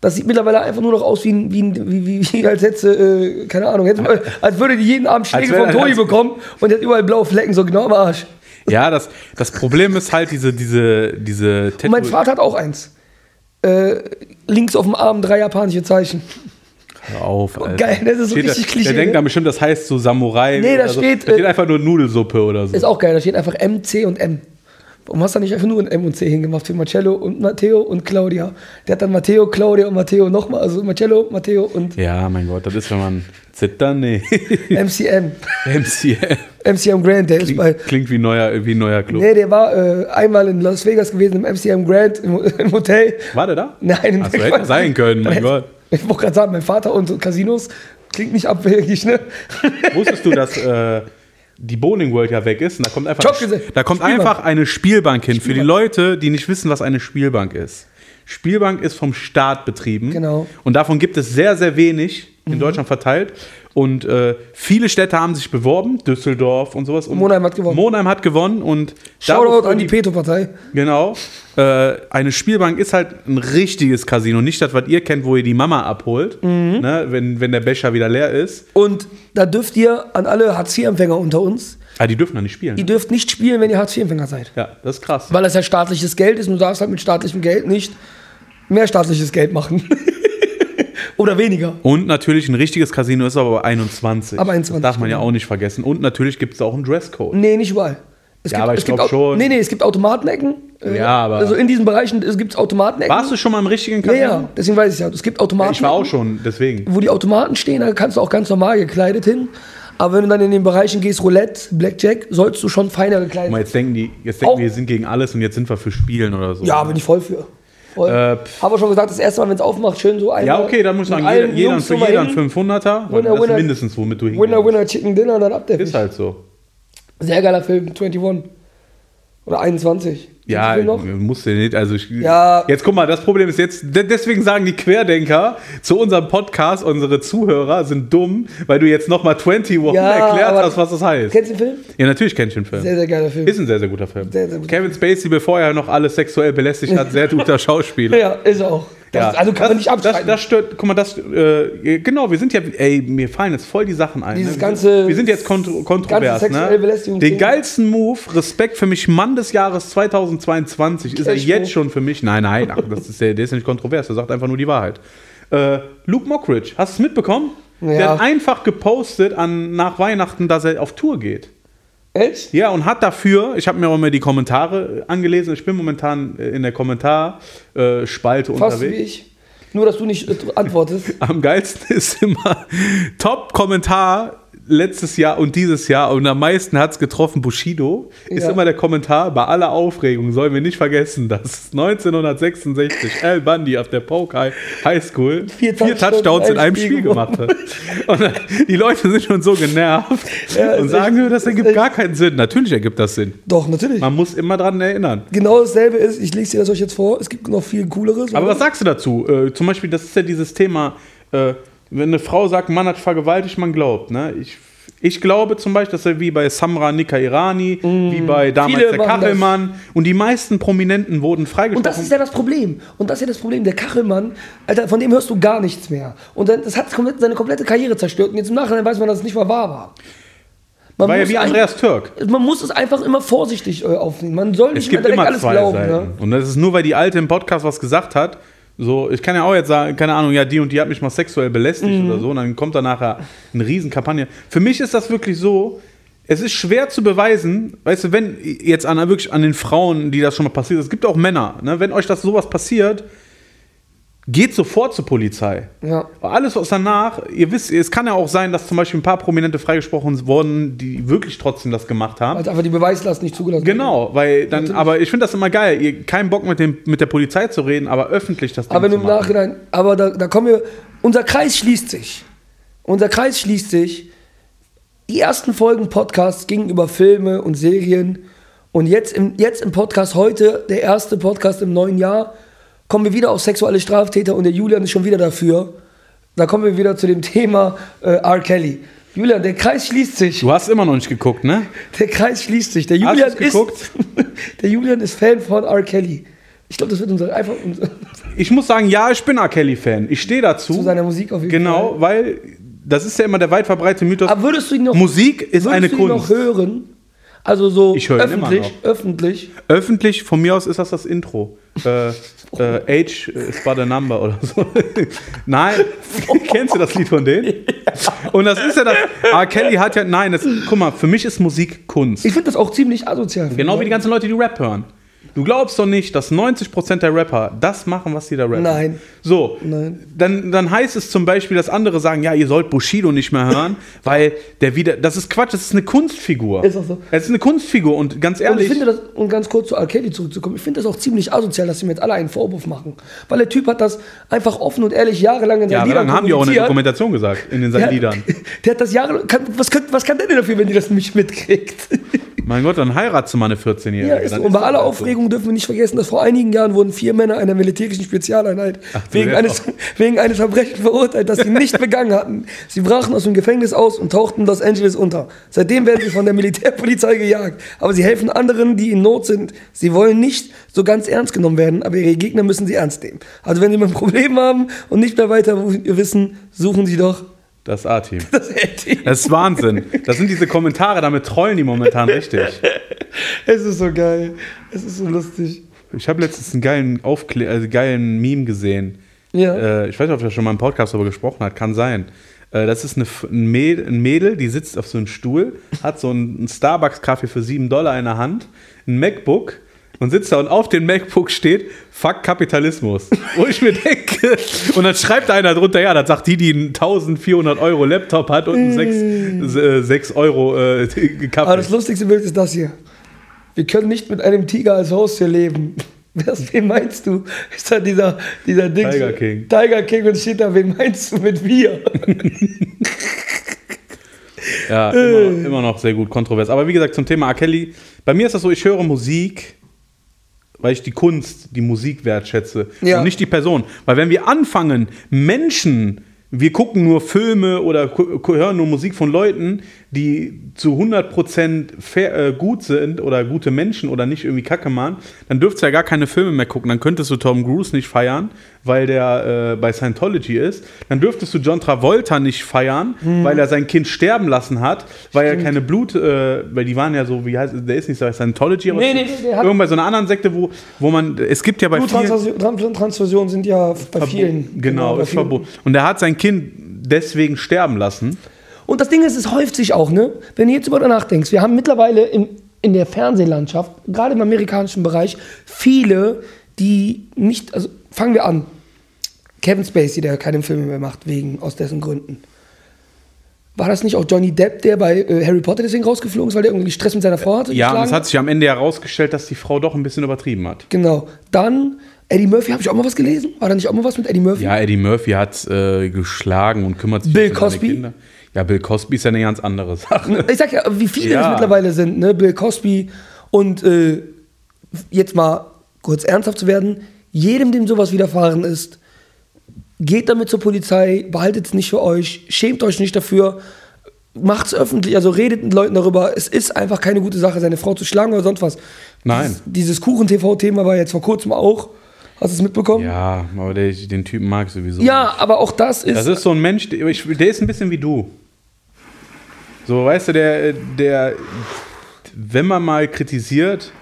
Speaker 1: Das sieht mittlerweile einfach nur noch aus wie, ein, wie, ein, wie, wie, wie als hätte, sie, äh, keine Ahnung, hätte, äh, als würde die jeden Abend Schläge
Speaker 2: Als wär-
Speaker 1: vom Toni
Speaker 2: als-
Speaker 1: bekommen und hat überall blaue Flecken, so genau am Arsch.
Speaker 2: Ja, das, das Problem ist halt diese, diese, diese
Speaker 1: Und mein Vater hat auch eins. Äh, links auf dem Arm drei japanische Zeichen.
Speaker 2: Hör auf, Alter.
Speaker 1: Oh, geil, das ist so
Speaker 2: steht
Speaker 1: richtig
Speaker 2: da,
Speaker 1: Klischee,
Speaker 2: Der denkt
Speaker 1: ne?
Speaker 2: dann bestimmt, das heißt so Samurai.
Speaker 1: Nee, da
Speaker 2: oder so.
Speaker 1: steht,
Speaker 2: Da steht
Speaker 1: äh,
Speaker 2: einfach nur Nudelsuppe oder so.
Speaker 1: Ist auch geil, da steht einfach M, C und M. Warum hast du da nicht einfach nur ein M und C hingemacht für Marcello und Matteo und Claudia? Der hat dann Matteo, Claudia und Matteo nochmal, also Marcello, Matteo und
Speaker 2: ja, mein Gott, das ist, wenn man zittern, nee.
Speaker 1: MCM.
Speaker 2: MCM.
Speaker 1: MCM Grand, der ist bei.
Speaker 2: Klingt, klingt wie neuer, wie neuer Club.
Speaker 1: Nee, der war äh, einmal in Las Vegas gewesen, im MCM Grand, im, im Hotel.
Speaker 2: War der da?
Speaker 1: Nein,
Speaker 2: Ach so, hätte sein können, mein Gott.
Speaker 1: Ich wollte gerade sagen, mein Vater und so Casinos klingt nicht abwegig, ne?
Speaker 2: Wusstest du, dass äh, die Bowling World ja weg ist? Und da kommt einfach,
Speaker 1: Ich hab gesagt,
Speaker 2: da kommt
Speaker 1: Spielbank.
Speaker 2: einfach eine Spielbank hin. Für die Leute, die nicht wissen, was eine Spielbank ist. Spielbank ist vom Staat betrieben.
Speaker 1: Genau. Mhm.
Speaker 2: Und davon gibt es sehr, sehr wenig in Deutschland verteilt. Und äh, viele Städte haben sich beworben, Düsseldorf und sowas. Und
Speaker 1: Monheim hat gewonnen.
Speaker 2: Monheim hat gewonnen und da,
Speaker 1: Shoutout
Speaker 2: wo
Speaker 1: an die Peto-Partei.
Speaker 2: Genau. Äh, eine Spielbank ist halt ein richtiges Casino. Nicht das, was ihr kennt, wo ihr die Mama abholt,
Speaker 1: Mhm.
Speaker 2: ne, wenn, wenn der Becher wieder leer ist.
Speaker 1: Und da dürft ihr an alle Hartz-IV-Empfänger unter uns,
Speaker 2: Ah, die dürfen da nicht spielen.
Speaker 1: ihr dürft nicht spielen, wenn ihr Hartz-IV-Empfänger seid.
Speaker 2: Ja, das ist krass.
Speaker 1: Weil das ja staatliches Geld ist und du darfst halt mit staatlichem Geld nicht mehr staatliches Geld machen. Oder weniger.
Speaker 2: Und natürlich ein richtiges Casino ist aber 21.
Speaker 1: Ab 21,
Speaker 2: Das darf man ja auch nicht vergessen. Und natürlich gibt es auch einen Dresscode.
Speaker 1: Nee, nicht überall. Es
Speaker 2: Ja, aber ich
Speaker 1: es gibt
Speaker 2: glaub
Speaker 1: Au-
Speaker 2: schon.
Speaker 1: Nee, nee, es gibt Automatenecken. Äh,
Speaker 2: Ja, aber-
Speaker 1: Also in diesen Bereichen gibt es Automatenecken.
Speaker 2: Warst du schon mal im richtigen
Speaker 1: Ja,
Speaker 2: Casino?
Speaker 1: ja, deswegen weiß ich ja. Es gibt Automatenecken.
Speaker 2: Ich war auch schon, deswegen.
Speaker 1: Wo die Automaten stehen, da kannst du auch ganz normal gekleidet hin. Aber wenn du dann in den Bereichen gehst, Roulette, Blackjack, sollst du schon feiner gekleidet
Speaker 2: Guck mal,
Speaker 1: sein.
Speaker 2: jetzt denken die, jetzt denken
Speaker 1: Auch-
Speaker 2: wir, wir sind gegen alles und jetzt sind wir für Spielen oder so.
Speaker 1: Ja, bin ich voll für. Voll.
Speaker 2: Äh, pff.
Speaker 1: Haben wir schon gesagt, das erste Mal, wenn es aufmacht, schön so ein.
Speaker 2: Ja, okay, dann muss ich sagen, jeder, jeder für jeder ein 500er. weil
Speaker 1: Winner,
Speaker 2: das ist
Speaker 1: winner.
Speaker 2: mindestens, womit du hingehst.
Speaker 1: Winner, Winner, Chicken Dinner, dann ab der
Speaker 2: Ist
Speaker 1: Fisch.
Speaker 2: halt so.
Speaker 1: Sehr geiler Film, 21. Oder 21. Gibt's
Speaker 2: Ja,
Speaker 1: den noch?
Speaker 2: musst du nicht. Also ich,
Speaker 1: Ja.
Speaker 2: Jetzt guck mal, das Problem ist jetzt, de- deswegen sagen die Querdenker zu unserem Podcast, unsere Zuhörer sind dumm, weil du jetzt nochmal 21
Speaker 1: Ja,
Speaker 2: erklärt
Speaker 1: aber-
Speaker 2: hast, was das heißt.
Speaker 1: Kennst du den Film?
Speaker 2: Ja, natürlich kenn ich den Film.
Speaker 1: Sehr, sehr geiler Film.
Speaker 2: ist ein sehr, sehr guter Film.
Speaker 1: Sehr, sehr guter
Speaker 2: Kevin Spacey, bevor er noch alles sexuell belästigt hat, sehr guter Schauspieler.
Speaker 1: ja, ist er auch. Das,
Speaker 2: Ja.
Speaker 1: Also kann
Speaker 2: das,
Speaker 1: man nicht abschreiten.
Speaker 2: Das, das stört, guck mal, das, äh, genau, wir sind ja, ey, mir fallen jetzt voll die Sachen ein.
Speaker 1: Dieses
Speaker 2: ne? wir,
Speaker 1: ganze-
Speaker 2: sind, wir sind jetzt kontro kontrovers,
Speaker 1: ganze sexuelle
Speaker 2: ne?
Speaker 1: Belästigung-
Speaker 2: Den geilsten Move, Respekt für mich, Mann des Jahres 2022, ist er
Speaker 1: Cashmo.
Speaker 2: jetzt schon für mich, nein, nein, ach, das ist, der, der ist ja nicht kontrovers, der sagt einfach nur die Wahrheit. Äh, Luke Mockridge, hast du es mitbekommen? Der
Speaker 1: Ja.
Speaker 2: hat einfach gepostet an, nach Weihnachten, dass er auf Tour geht.
Speaker 1: Echt?
Speaker 2: Ja, und hat dafür, ich habe mir auch immer die Kommentare äh, angelesen, ich bin momentan äh, in der Kommentarspalte
Speaker 1: Fast wie
Speaker 2: unterwegs.
Speaker 1: ich. Nur, dass du nicht äh, antwortest.
Speaker 2: Am geilsten ist immer Top-Kommentar letztes Jahr und dieses Jahr und am meisten hat es getroffen Bushido, ist
Speaker 1: Ja.
Speaker 2: immer der Kommentar, bei aller Aufregung sollen wir nicht vergessen, dass 1966 Al Bundy auf der Polk High High School vier,
Speaker 1: Vier
Speaker 2: Touchdowns,
Speaker 1: Touchdowns
Speaker 2: in einem Spiel gemacht hat. Und dann- die Leute sind schon so genervt
Speaker 1: Ja,
Speaker 2: und
Speaker 1: ist
Speaker 2: sagen,
Speaker 1: echt-
Speaker 2: das
Speaker 1: ist
Speaker 2: ergibt
Speaker 1: echt-
Speaker 2: gar keinen Sinn. Natürlich ergibt das Sinn.
Speaker 1: Doch, natürlich.
Speaker 2: Man muss immer dran erinnern.
Speaker 1: Genau dasselbe ist, ich lese dir das euch jetzt vor, es gibt noch viel cooleres.
Speaker 2: Aber
Speaker 1: oder?
Speaker 2: was sagst du dazu? Äh, zum Beispiel, das ist ja dieses Thema, äh, wenn eine Frau sagt, Mann hat vergewaltigt, man glaubt. Ne? Ich, ich glaube zum Beispiel, dass er wie bei Samra Nika Irani, wie bei damals
Speaker 1: Mm. viele
Speaker 2: der
Speaker 1: machen das.
Speaker 2: Kachelmann und die meisten Prominenten wurden
Speaker 1: Und das ist
Speaker 2: freigesprochen.
Speaker 1: ja das Problem. Und das ist ja das Problem. Der Kachelmann, Alter, von dem hörst du gar nichts mehr. Und dann, das hat komplett, seine komplette Karriere zerstört. Und jetzt im Nachhinein weiß man, dass es nicht mal wahr war. Man
Speaker 2: War ja
Speaker 1: muss
Speaker 2: wie
Speaker 1: ein-
Speaker 2: Andreas Türk.
Speaker 1: Man muss es einfach immer vorsichtig äh, aufnehmen. Man soll nicht
Speaker 2: Es gibt
Speaker 1: direkt
Speaker 2: immer
Speaker 1: alles
Speaker 2: zwei
Speaker 1: glauben.
Speaker 2: Seiten.
Speaker 1: Ne?
Speaker 2: Und das ist nur, weil die Alte im Podcast was gesagt hat. So, ich kann ja auch jetzt sagen, keine Ahnung, ja, die und die hat mich mal sexuell belästigt
Speaker 1: Mhm.
Speaker 2: oder so. Und dann kommt da nachher eine Riesenkampagne. Für mich ist das wirklich so, es ist schwer zu beweisen, weißt du, wenn jetzt an, wirklich an den Frauen, die das schon mal passiert ist, es gibt auch Männer, ne, wenn euch das sowas passiert, geht sofort zur Polizei.
Speaker 1: Ja.
Speaker 2: Alles, was danach, ihr wisst, es kann ja auch sein, dass zum Beispiel ein paar Prominente freigesprochen wurden, die wirklich trotzdem das gemacht haben.
Speaker 1: Als einfach die Beweislast nicht zugelassen
Speaker 2: Genau, weil dann, aber ich finde das immer geil. Ihr keinen Bock mit, dem, mit der Polizei zu reden, aber öffentlich das Ding
Speaker 1: Aber wenn
Speaker 2: zu
Speaker 1: du im
Speaker 2: machen.
Speaker 1: Nachhinein, aber da, da kommen wir, unser Kreis schließt sich. Unser Kreis schließt sich. Die ersten Folgen Podcasts gingen über Filme und Serien. Und jetzt im, jetzt im Podcast heute, der erste Podcast im neuen Jahr, kommen wir wieder auf sexuelle Straftäter und der Julian ist schon wieder dafür. Da kommen wir wieder zu dem Thema äh, R. Kelly. Julian, der Kreis schließt sich.
Speaker 2: Du hast immer noch nicht geguckt, ne?
Speaker 1: Der Kreis schließt sich. Der
Speaker 2: Hast
Speaker 1: Julian,
Speaker 2: du's geguckt?
Speaker 1: ist, der Julian ist Fan von R. Kelly. Ich glaube, das wird unser, einfach unser,
Speaker 2: Ich muss sagen, ja, ich bin R. Kelly-Fan. Ich stehe dazu.
Speaker 1: zu seiner Musik auf jeden Fall.
Speaker 2: Genau, weil das ist ja immer der weit verbreitete Mythos.
Speaker 1: Aber würdest du ihn noch
Speaker 2: Musik ist
Speaker 1: würdest
Speaker 2: eine
Speaker 1: du ihn noch
Speaker 2: Kunst.
Speaker 1: hören? Also so
Speaker 2: Ich höre ihn immer
Speaker 1: öffentlich, öffentlich.
Speaker 2: Öffentlich, von mir aus ist das das Intro. Äh, äh, Age is but a number oder so. nein, kennst du das Lied von denen? Und das ist ja das. R. Kelly hat ja, nein, das, guck mal, für mich ist Musik Kunst.
Speaker 1: Ich finde das auch ziemlich asozial.
Speaker 2: Genau wie die ganzen Leute, die Rap hören. Du glaubst doch nicht, dass 90% der Rapper das machen, was die da rappen.
Speaker 1: Nein.
Speaker 2: So,
Speaker 1: Nein.
Speaker 2: Dann, dann heißt es zum Beispiel, dass andere sagen, ja, ihr sollt Bushido nicht mehr hören, weil der wieder. Das ist Quatsch, das ist eine Kunstfigur.
Speaker 1: Ist auch so.
Speaker 2: Es ist eine Kunstfigur und ganz
Speaker 1: Und ich
Speaker 2: ehrlich.
Speaker 1: finde das, um ganz kurz zu R. Kelly zurückzukommen, ich finde das auch ziemlich asozial, dass sie mir jetzt alle einen Vorwurf machen. Weil der Typ hat das einfach offen und ehrlich jahrelang in
Speaker 2: ja,
Speaker 1: seinen Liedern
Speaker 2: dann haben die auch eine
Speaker 1: kommuniziert.
Speaker 2: Dokumentation gesagt in den
Speaker 1: der,
Speaker 2: seinen Liedern.
Speaker 1: Hat, der hat das jahrelang. Kann, was, kann, was kann der denn dafür, wenn die das nicht mitkriegt?
Speaker 2: Mein Gott, dann heiratst du mal eine 14-Jährige.
Speaker 1: Ja, ist so.
Speaker 2: dann
Speaker 1: Und bei
Speaker 2: das
Speaker 1: aller
Speaker 2: halt so.
Speaker 1: Aufregung dürfen wir nicht vergessen, dass vor einigen Jahren wurden vier Männer einer militärischen Spezialeinheit
Speaker 2: du
Speaker 1: wegen,
Speaker 2: der
Speaker 1: eines, wegen eines Verbrechens verurteilt, das sie nicht begangen hatten. Sie brachen aus dem Gefängnis aus und tauchten in Los Angeles unter. Seitdem werden sie von der Militärpolizei gejagt. Aber sie helfen anderen, die in Not sind. Sie wollen nicht so ganz ernst genommen werden, aber ihre Gegner müssen sie ernst nehmen. Also wenn sie mal ein Problem haben und nicht mehr weiter wissen, suchen sie doch
Speaker 2: Das A-Team.
Speaker 1: das LT.
Speaker 2: Das ist Wahnsinn. Das sind diese Kommentare, damit trollen die momentan richtig.
Speaker 1: Es ist so geil. Es ist so lustig.
Speaker 2: Ich habe letztens einen geilen, Aufkle also geilen Meme gesehen.
Speaker 1: Ja.
Speaker 2: Äh, ich weiß nicht, ob er schon mal im Podcast darüber gesprochen hat, kann sein. Äh, das ist eine, F- ein, Mädel, ein Mädel, die sitzt auf so einem Stuhl, hat so einen, einen Starbucks-Kaffee für 7 Dollar in der Hand, ein MacBook, und sitzt da und auf dem MacBook steht, fuck Kapitalismus. Wo ich mir denke, und dann schreibt einer drunter, ja, das sagt die, die einen 1400 Euro Laptop hat und einen 6, äh, sechs Euro äh,
Speaker 1: Hm. Aber das
Speaker 2: Kaffee.
Speaker 1: lustigste Bild ist das hier. Wir können nicht mit einem Tiger als Haustier leben. Wer- Wen meinst du? Ist da dieser, dieser Ding?
Speaker 2: Tiger King.
Speaker 1: Tiger King und steht da, wen meinst du mit wir?
Speaker 2: Ja, immer noch, immer noch sehr gut kontrovers. Aber wie gesagt, zum Thema R. Kelly, bei mir ist das so, ich höre Musik, weil ich die Kunst, die Musik wertschätze
Speaker 1: Ja.
Speaker 2: und nicht die Person. Weil wenn wir anfangen, Menschen, wir gucken nur Filme oder ku- ku- hören nur Musik von Leuten, die zu 100% fair, äh, gut sind oder gute Menschen oder nicht irgendwie Kacke machen, dann dürftest du ja gar keine Filme mehr gucken. Dann könntest du Tom Cruise nicht feiern, weil der äh, bei Scientology ist. Dann dürftest du John Travolta nicht feiern,
Speaker 1: Mhm.
Speaker 2: weil er sein Kind sterben lassen hat, weil er keine Blut, äh, weil die waren ja so, wie heißt, der ist nicht so Scientology, aber
Speaker 1: Nee, nee, nee, der hat-
Speaker 2: Irgend- bei so einer anderen Sekte, wo, wo man, es gibt ja bei vielen
Speaker 1: Bluttransfusionen sind ja bei vielen.
Speaker 2: Genau,
Speaker 1: bei
Speaker 2: ist
Speaker 1: vielen.
Speaker 2: verboten. Und er hat sein Kind deswegen sterben lassen.
Speaker 1: Und das Ding ist, es häuft sich auch, ne? Wenn du jetzt über nachdenkst, wir haben mittlerweile im, in der Fernsehlandschaft, gerade im amerikanischen Bereich, viele, die nicht, also fangen wir an. Kevin Spacey, der keine Filme mehr macht, wegen, aus dessen Gründen. War das nicht auch Johnny Depp, der bei äh, Harry Potter deswegen rausgeflogen ist, weil der irgendwie Stress mit seiner Frau hatte?
Speaker 2: Ja, und es
Speaker 1: geschlagen?
Speaker 2: hat sich am Ende herausgestellt, dass die Frau doch ein bisschen übertrieben hat.
Speaker 1: Genau. Dann Eddie Murphy, habe ich auch mal was gelesen? War da nicht auch mal was mit Eddie Murphy?
Speaker 2: Ja, Eddie Murphy hat äh, geschlagen und kümmert sich
Speaker 1: Bill
Speaker 2: um seine
Speaker 1: Cosby?
Speaker 2: Kinder. Ja, Bill Cosby ist ja eine ganz andere Sache.
Speaker 1: Ich sag ja, wie viele
Speaker 2: Ja.
Speaker 1: es mittlerweile sind, ne? Bill Cosby und äh, jetzt mal kurz ernsthaft zu werden, jedem, dem sowas widerfahren ist, geht damit zur Polizei, behaltet es nicht für euch, schämt euch nicht dafür, macht es öffentlich, also redet mit Leuten darüber. Es ist einfach keine gute Sache, seine Frau zu schlagen oder sonst was.
Speaker 2: Nein.
Speaker 1: Dieses, dieses Kuchen-TV-Thema war jetzt vor kurzem auch. Hast du es mitbekommen? Ja,
Speaker 2: Ja, aber der, den Typen mag ich sowieso. nicht.
Speaker 1: aber auch das ist.
Speaker 2: Das ist so ein Mensch, der, ich, der ist ein bisschen wie du. So, weißt du, der, der, wenn man mal kritisiert,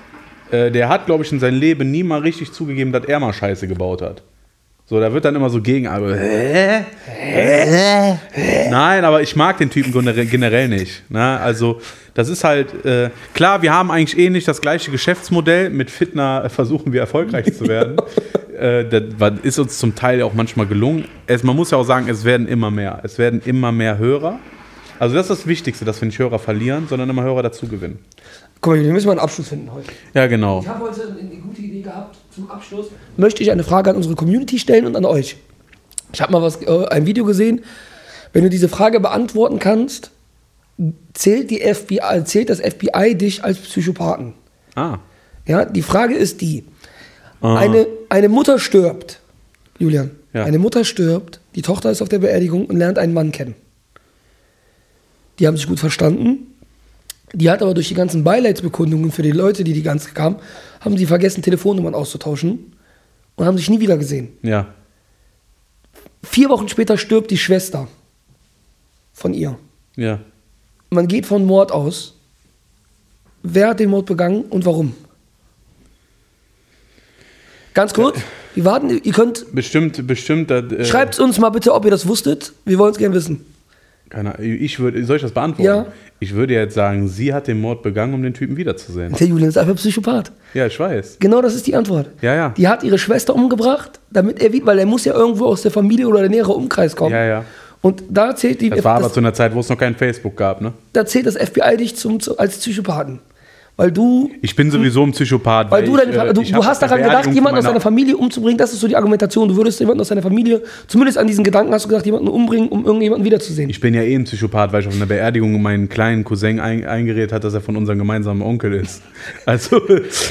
Speaker 2: äh, der hat, glaube ich, in seinem Leben nie mal richtig zugegeben, dass er mal Scheiße gebaut hat. So, da wird dann immer so gegen, aber. Hä? Hä? Nein, aber ich mag den Typen generell- generell nicht. Ne? Also, das ist halt, äh, klar, wir haben eigentlich eh nicht das gleiche Geschäftsmodell. Mit Fitner äh, versuchen wir erfolgreich zu werden. Äh, das war- ist uns zum Teil auch manchmal gelungen. Es, man muss ja auch sagen, es werden immer mehr. Es werden immer mehr Hörer. Also, das ist das Wichtigste, dass wir nicht Hörer verlieren, sondern immer Hörer dazu gewinnen.
Speaker 1: Guck mal, wir müssen mal einen Abschluss finden heute.
Speaker 2: Ja, genau.
Speaker 1: Ich habe heute eine gute Idee gehabt zum Abschluss. Möchte ich eine Frage an unsere Community stellen und an euch. Ich habe mal was, äh, ein Video gesehen. Wenn du diese Frage beantworten kannst, zählt, die FBI, zählt das FBI dich als Psychopathen.
Speaker 2: Ah.
Speaker 1: Ja, die Frage ist die:
Speaker 2: Ah.
Speaker 1: eine, eine Mutter stirbt, Julian.
Speaker 2: Ja.
Speaker 1: Eine Mutter stirbt, die Tochter ist auf der Beerdigung und lernt einen Mann kennen. Die haben sich gut verstanden. Die hat aber durch die ganzen Beileidsbekundungen für die Leute, die die ganze kamen, haben sie vergessen, Telefonnummern auszutauschen und haben sich nie wieder gesehen.
Speaker 2: Ja.
Speaker 1: Vier Wochen später stirbt die Schwester von ihr.
Speaker 2: Ja.
Speaker 1: Man geht von Mord aus. Wer hat den Mord begangen und warum? Ganz kurz, wir warten, ihr könnt.
Speaker 2: Bestimmt, bestimmt. das, Äh,
Speaker 1: Schreibt uns mal bitte, ob ihr das wusstet. Wir wollen es gerne wissen.
Speaker 2: Keine Ahnung, ich würde, soll ich das beantworten?
Speaker 1: Ja.
Speaker 2: Ich würde jetzt sagen, sie hat den Mord begangen, um den Typen wiederzusehen.
Speaker 1: Der Julian ist einfach Psychopath.
Speaker 2: Ja, ich weiß.
Speaker 1: Genau das ist die Antwort.
Speaker 2: Ja, ja.
Speaker 1: Die hat ihre Schwester umgebracht, damit er wie- weil er muss ja irgendwo aus der Familie oder der nähere Umkreis kommen.
Speaker 2: Ja, ja.
Speaker 1: Und da zählt die
Speaker 2: Das war aber
Speaker 1: das-
Speaker 2: zu einer Zeit, wo es noch kein Facebook gab, ne?
Speaker 1: da zählt das FBI dich zum, zu- als Psychopathen. Weil du
Speaker 2: Ich bin sowieso ein Psychopath.
Speaker 1: Weil du,
Speaker 2: ich,
Speaker 1: deine,
Speaker 2: äh,
Speaker 1: du,
Speaker 2: ich
Speaker 1: du
Speaker 2: hab
Speaker 1: hast
Speaker 2: auf der
Speaker 1: daran gedacht,
Speaker 2: Beerdigung
Speaker 1: jemanden aus
Speaker 2: meiner-
Speaker 1: deiner Familie umzubringen. Das ist so die Argumentation. Du würdest jemanden aus deiner Familie, zumindest an diesen Gedanken hast du gedacht, jemanden umbringen, um irgendjemanden wiederzusehen.
Speaker 2: Ich bin ja eh ein Psychopath, weil ich auf einer Beerdigung um meinen kleinen Cousin ein, eingeredet hat, dass er von unserem gemeinsamen Onkel ist. Also,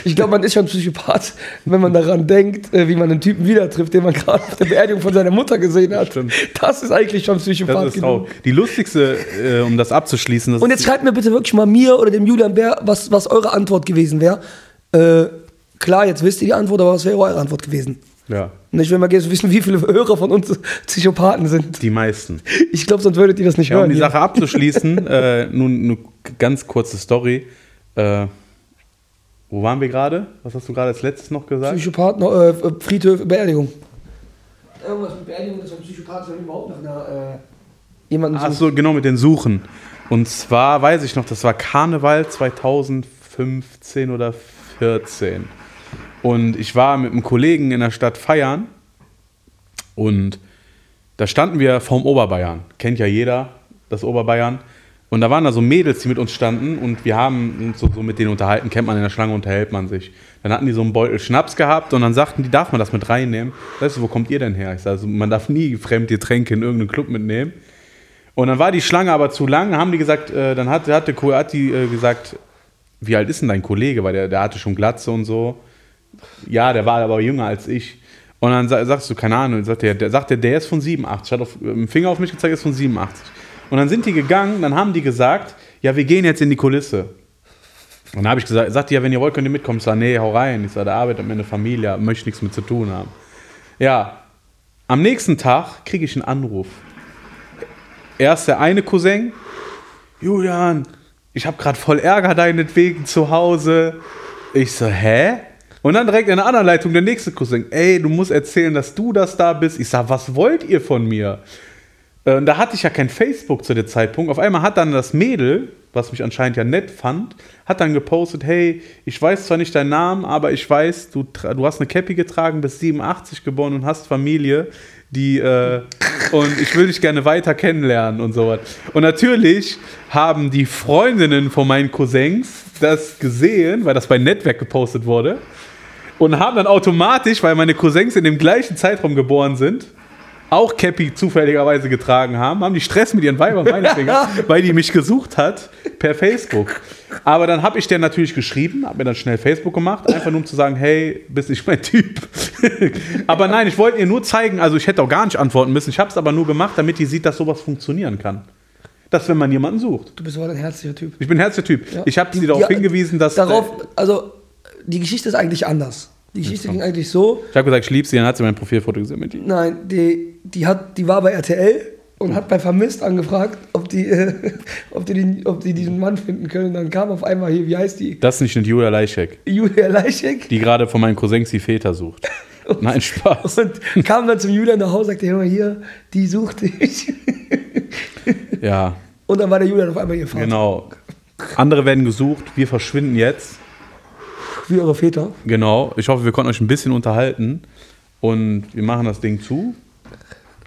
Speaker 1: Ich glaube, man ist schon Psychopath, wenn man daran denkt, äh, wie man einen Typen wieder trifft, den man gerade auf der Beerdigung von seiner Mutter gesehen hat.
Speaker 2: Stimmt.
Speaker 1: Das ist eigentlich schon Psychopath
Speaker 2: das ist
Speaker 1: genug.
Speaker 2: traurig. Die lustigste, äh, um das abzuschließen, das
Speaker 1: Und jetzt
Speaker 2: ist,
Speaker 1: schreibt mir bitte wirklich mal mir oder dem Julian Bär, was, was eure Antwort gewesen wäre. Äh, klar, jetzt wisst ihr die Antwort, aber was wäre eure Antwort gewesen?
Speaker 2: ja,
Speaker 1: Und ich will mal gerne wissen, wie viele Hörer von uns Psychopathen sind.
Speaker 2: die meisten.
Speaker 1: Ich glaube, sonst würdet ihr das nicht
Speaker 2: Ja, um
Speaker 1: hören.
Speaker 2: die
Speaker 1: hier.
Speaker 2: Sache abzuschließen, äh, nun eine ganz kurze Story. Äh, wo waren wir gerade? Was hast du gerade als letztes noch gesagt?
Speaker 1: Psychopathen, äh, Friedhöfe, Beerdigung. Irgendwas mit Beerdigung, dass ein Psychopath überhaupt nach einer, äh, jemanden
Speaker 2: Ach so, genau, mit den Suchen. Und zwar weiß ich noch, das war Karneval 2015 oder 14. Und ich war mit einem Kollegen in der Stadt feiern und da standen wir vorm Oberbayern. Kennt ja jeder das Oberbayern. Und da waren da so Mädels, die mit uns standen und wir haben uns so, so mit denen unterhalten, kennt man in der Schlange, unterhält man sich. Dann hatten die so einen Beutel Schnaps gehabt und dann sagten die, darf man das mit reinnehmen? Weißt du, wo kommt ihr denn her? Ich sage, also, man darf nie Fremdgetränke in irgendeinen Club mitnehmen. Und dann war die Schlange aber zu lang, haben die gesagt, äh, dann hat, hat, der, hat die äh, gesagt, wie alt ist denn dein Kollege? Weil der, der hatte schon Glatze und so. Ja, der war aber jünger als ich. Und dann sa- sagst du, keine Ahnung, sagt der, der, sagt der, der ist von 87. Hat auf, mit dem Finger auf mich gezeigt, ist von 87. Und dann sind die gegangen, dann haben die gesagt, ja, wir gehen jetzt in die Kulisse. Und dann habe ich gesagt, sagt die, ja, wenn ihr wollt, könnt ihr mitkommen. Ich sage, nee, hau rein. Ich sage, der arbeitet am Ende Familie, möchte nichts mit zu tun haben. Ja, am nächsten Tag kriege ich einen Anruf. Erst der eine Cousin, Julian, ich habe gerade voll Ärger deinetwegen zu Hause. Ich so, hä? Und dann direkt in der anderen Leitung der nächste Cousin, ey, du musst erzählen, dass du das da bist. Ich sag, was wollt ihr von mir? Äh, Und da hatte ich ja kein Facebook zu dem Zeitpunkt. Auf einmal hat dann das Mädel, was mich anscheinend ja nett fand, hat dann gepostet, hey, ich weiß zwar nicht deinen Namen, aber ich weiß, du, tra- du hast eine Cappy getragen, bist 87 geboren und hast Familie, die äh, und ich will dich gerne weiter kennenlernen und sowas. Und natürlich haben die Freundinnen von meinen Cousins das gesehen, weil das bei Netzwerk gepostet wurde und haben dann automatisch, weil meine Cousins in dem gleichen Zeitraum geboren sind, auch Cappy zufälligerweise getragen haben, haben die Stress mit ihren Weibern, meine Finger, weil die mich gesucht hat per Facebook. Aber dann habe ich der natürlich geschrieben, habe mir dann schnell Facebook gemacht, einfach nur um zu sagen, hey, bist nicht mein Typ. aber nein, ich wollte ihr nur zeigen, also ich hätte auch gar nicht antworten müssen, ich habe es aber nur gemacht, damit die sieht, dass sowas funktionieren kann. Dass wenn man jemanden sucht.
Speaker 1: Du bist aber ein herzlicher Typ.
Speaker 2: Ich bin ein herzlicher Typ.
Speaker 1: Ja.
Speaker 2: Ich habe sie
Speaker 1: Die-
Speaker 2: darauf
Speaker 1: ja,
Speaker 2: hingewiesen, dass äh,
Speaker 1: Darauf, also, die Geschichte ist eigentlich anders. Die Geschichte ging eigentlich so,
Speaker 2: ich habe gesagt, ich liebe sie, dann hat sie mein Profilfoto gesehen mit ihr.
Speaker 1: Nein, die, die, hat, die war bei RTL und hat bei Vermisst angefragt, ob die, äh, ob, die den, ob die diesen Mann finden können. Und dann kam auf einmal hier, wie heißt die?
Speaker 2: Das ist nicht eine Julia Leischek,
Speaker 1: Julia Leischek.
Speaker 2: die gerade von meinen Cousins die Väter sucht. Nein, Spaß.
Speaker 1: Und kam dann zum Julian nach Hause, sagte, hör mal hier, die sucht dich.
Speaker 2: Ja,
Speaker 1: Und dann war der Julian auf einmal ihr Vater.
Speaker 2: genau. Andere werden gesucht, wir verschwinden jetzt.
Speaker 1: Wie eure Väter.
Speaker 2: Genau. Ich hoffe, wir konnten euch ein bisschen unterhalten. Und wir machen das Ding zu.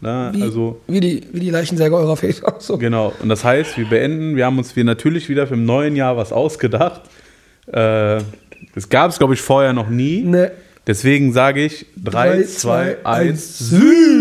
Speaker 2: Na,
Speaker 1: Wie,
Speaker 2: also,
Speaker 1: wie, die, wie die Leichensäger eurer Väter. So.
Speaker 2: genau. Und das heißt, wir beenden. Wir haben uns wir natürlich wieder für im neuen Jahr was ausgedacht. Äh, das gab es, glaube ich, vorher noch nie.
Speaker 1: Ne.
Speaker 2: Deswegen sage ich 3,
Speaker 1: Drei,
Speaker 2: 2,
Speaker 1: zwei,
Speaker 2: 1,
Speaker 1: eins,
Speaker 2: Süß!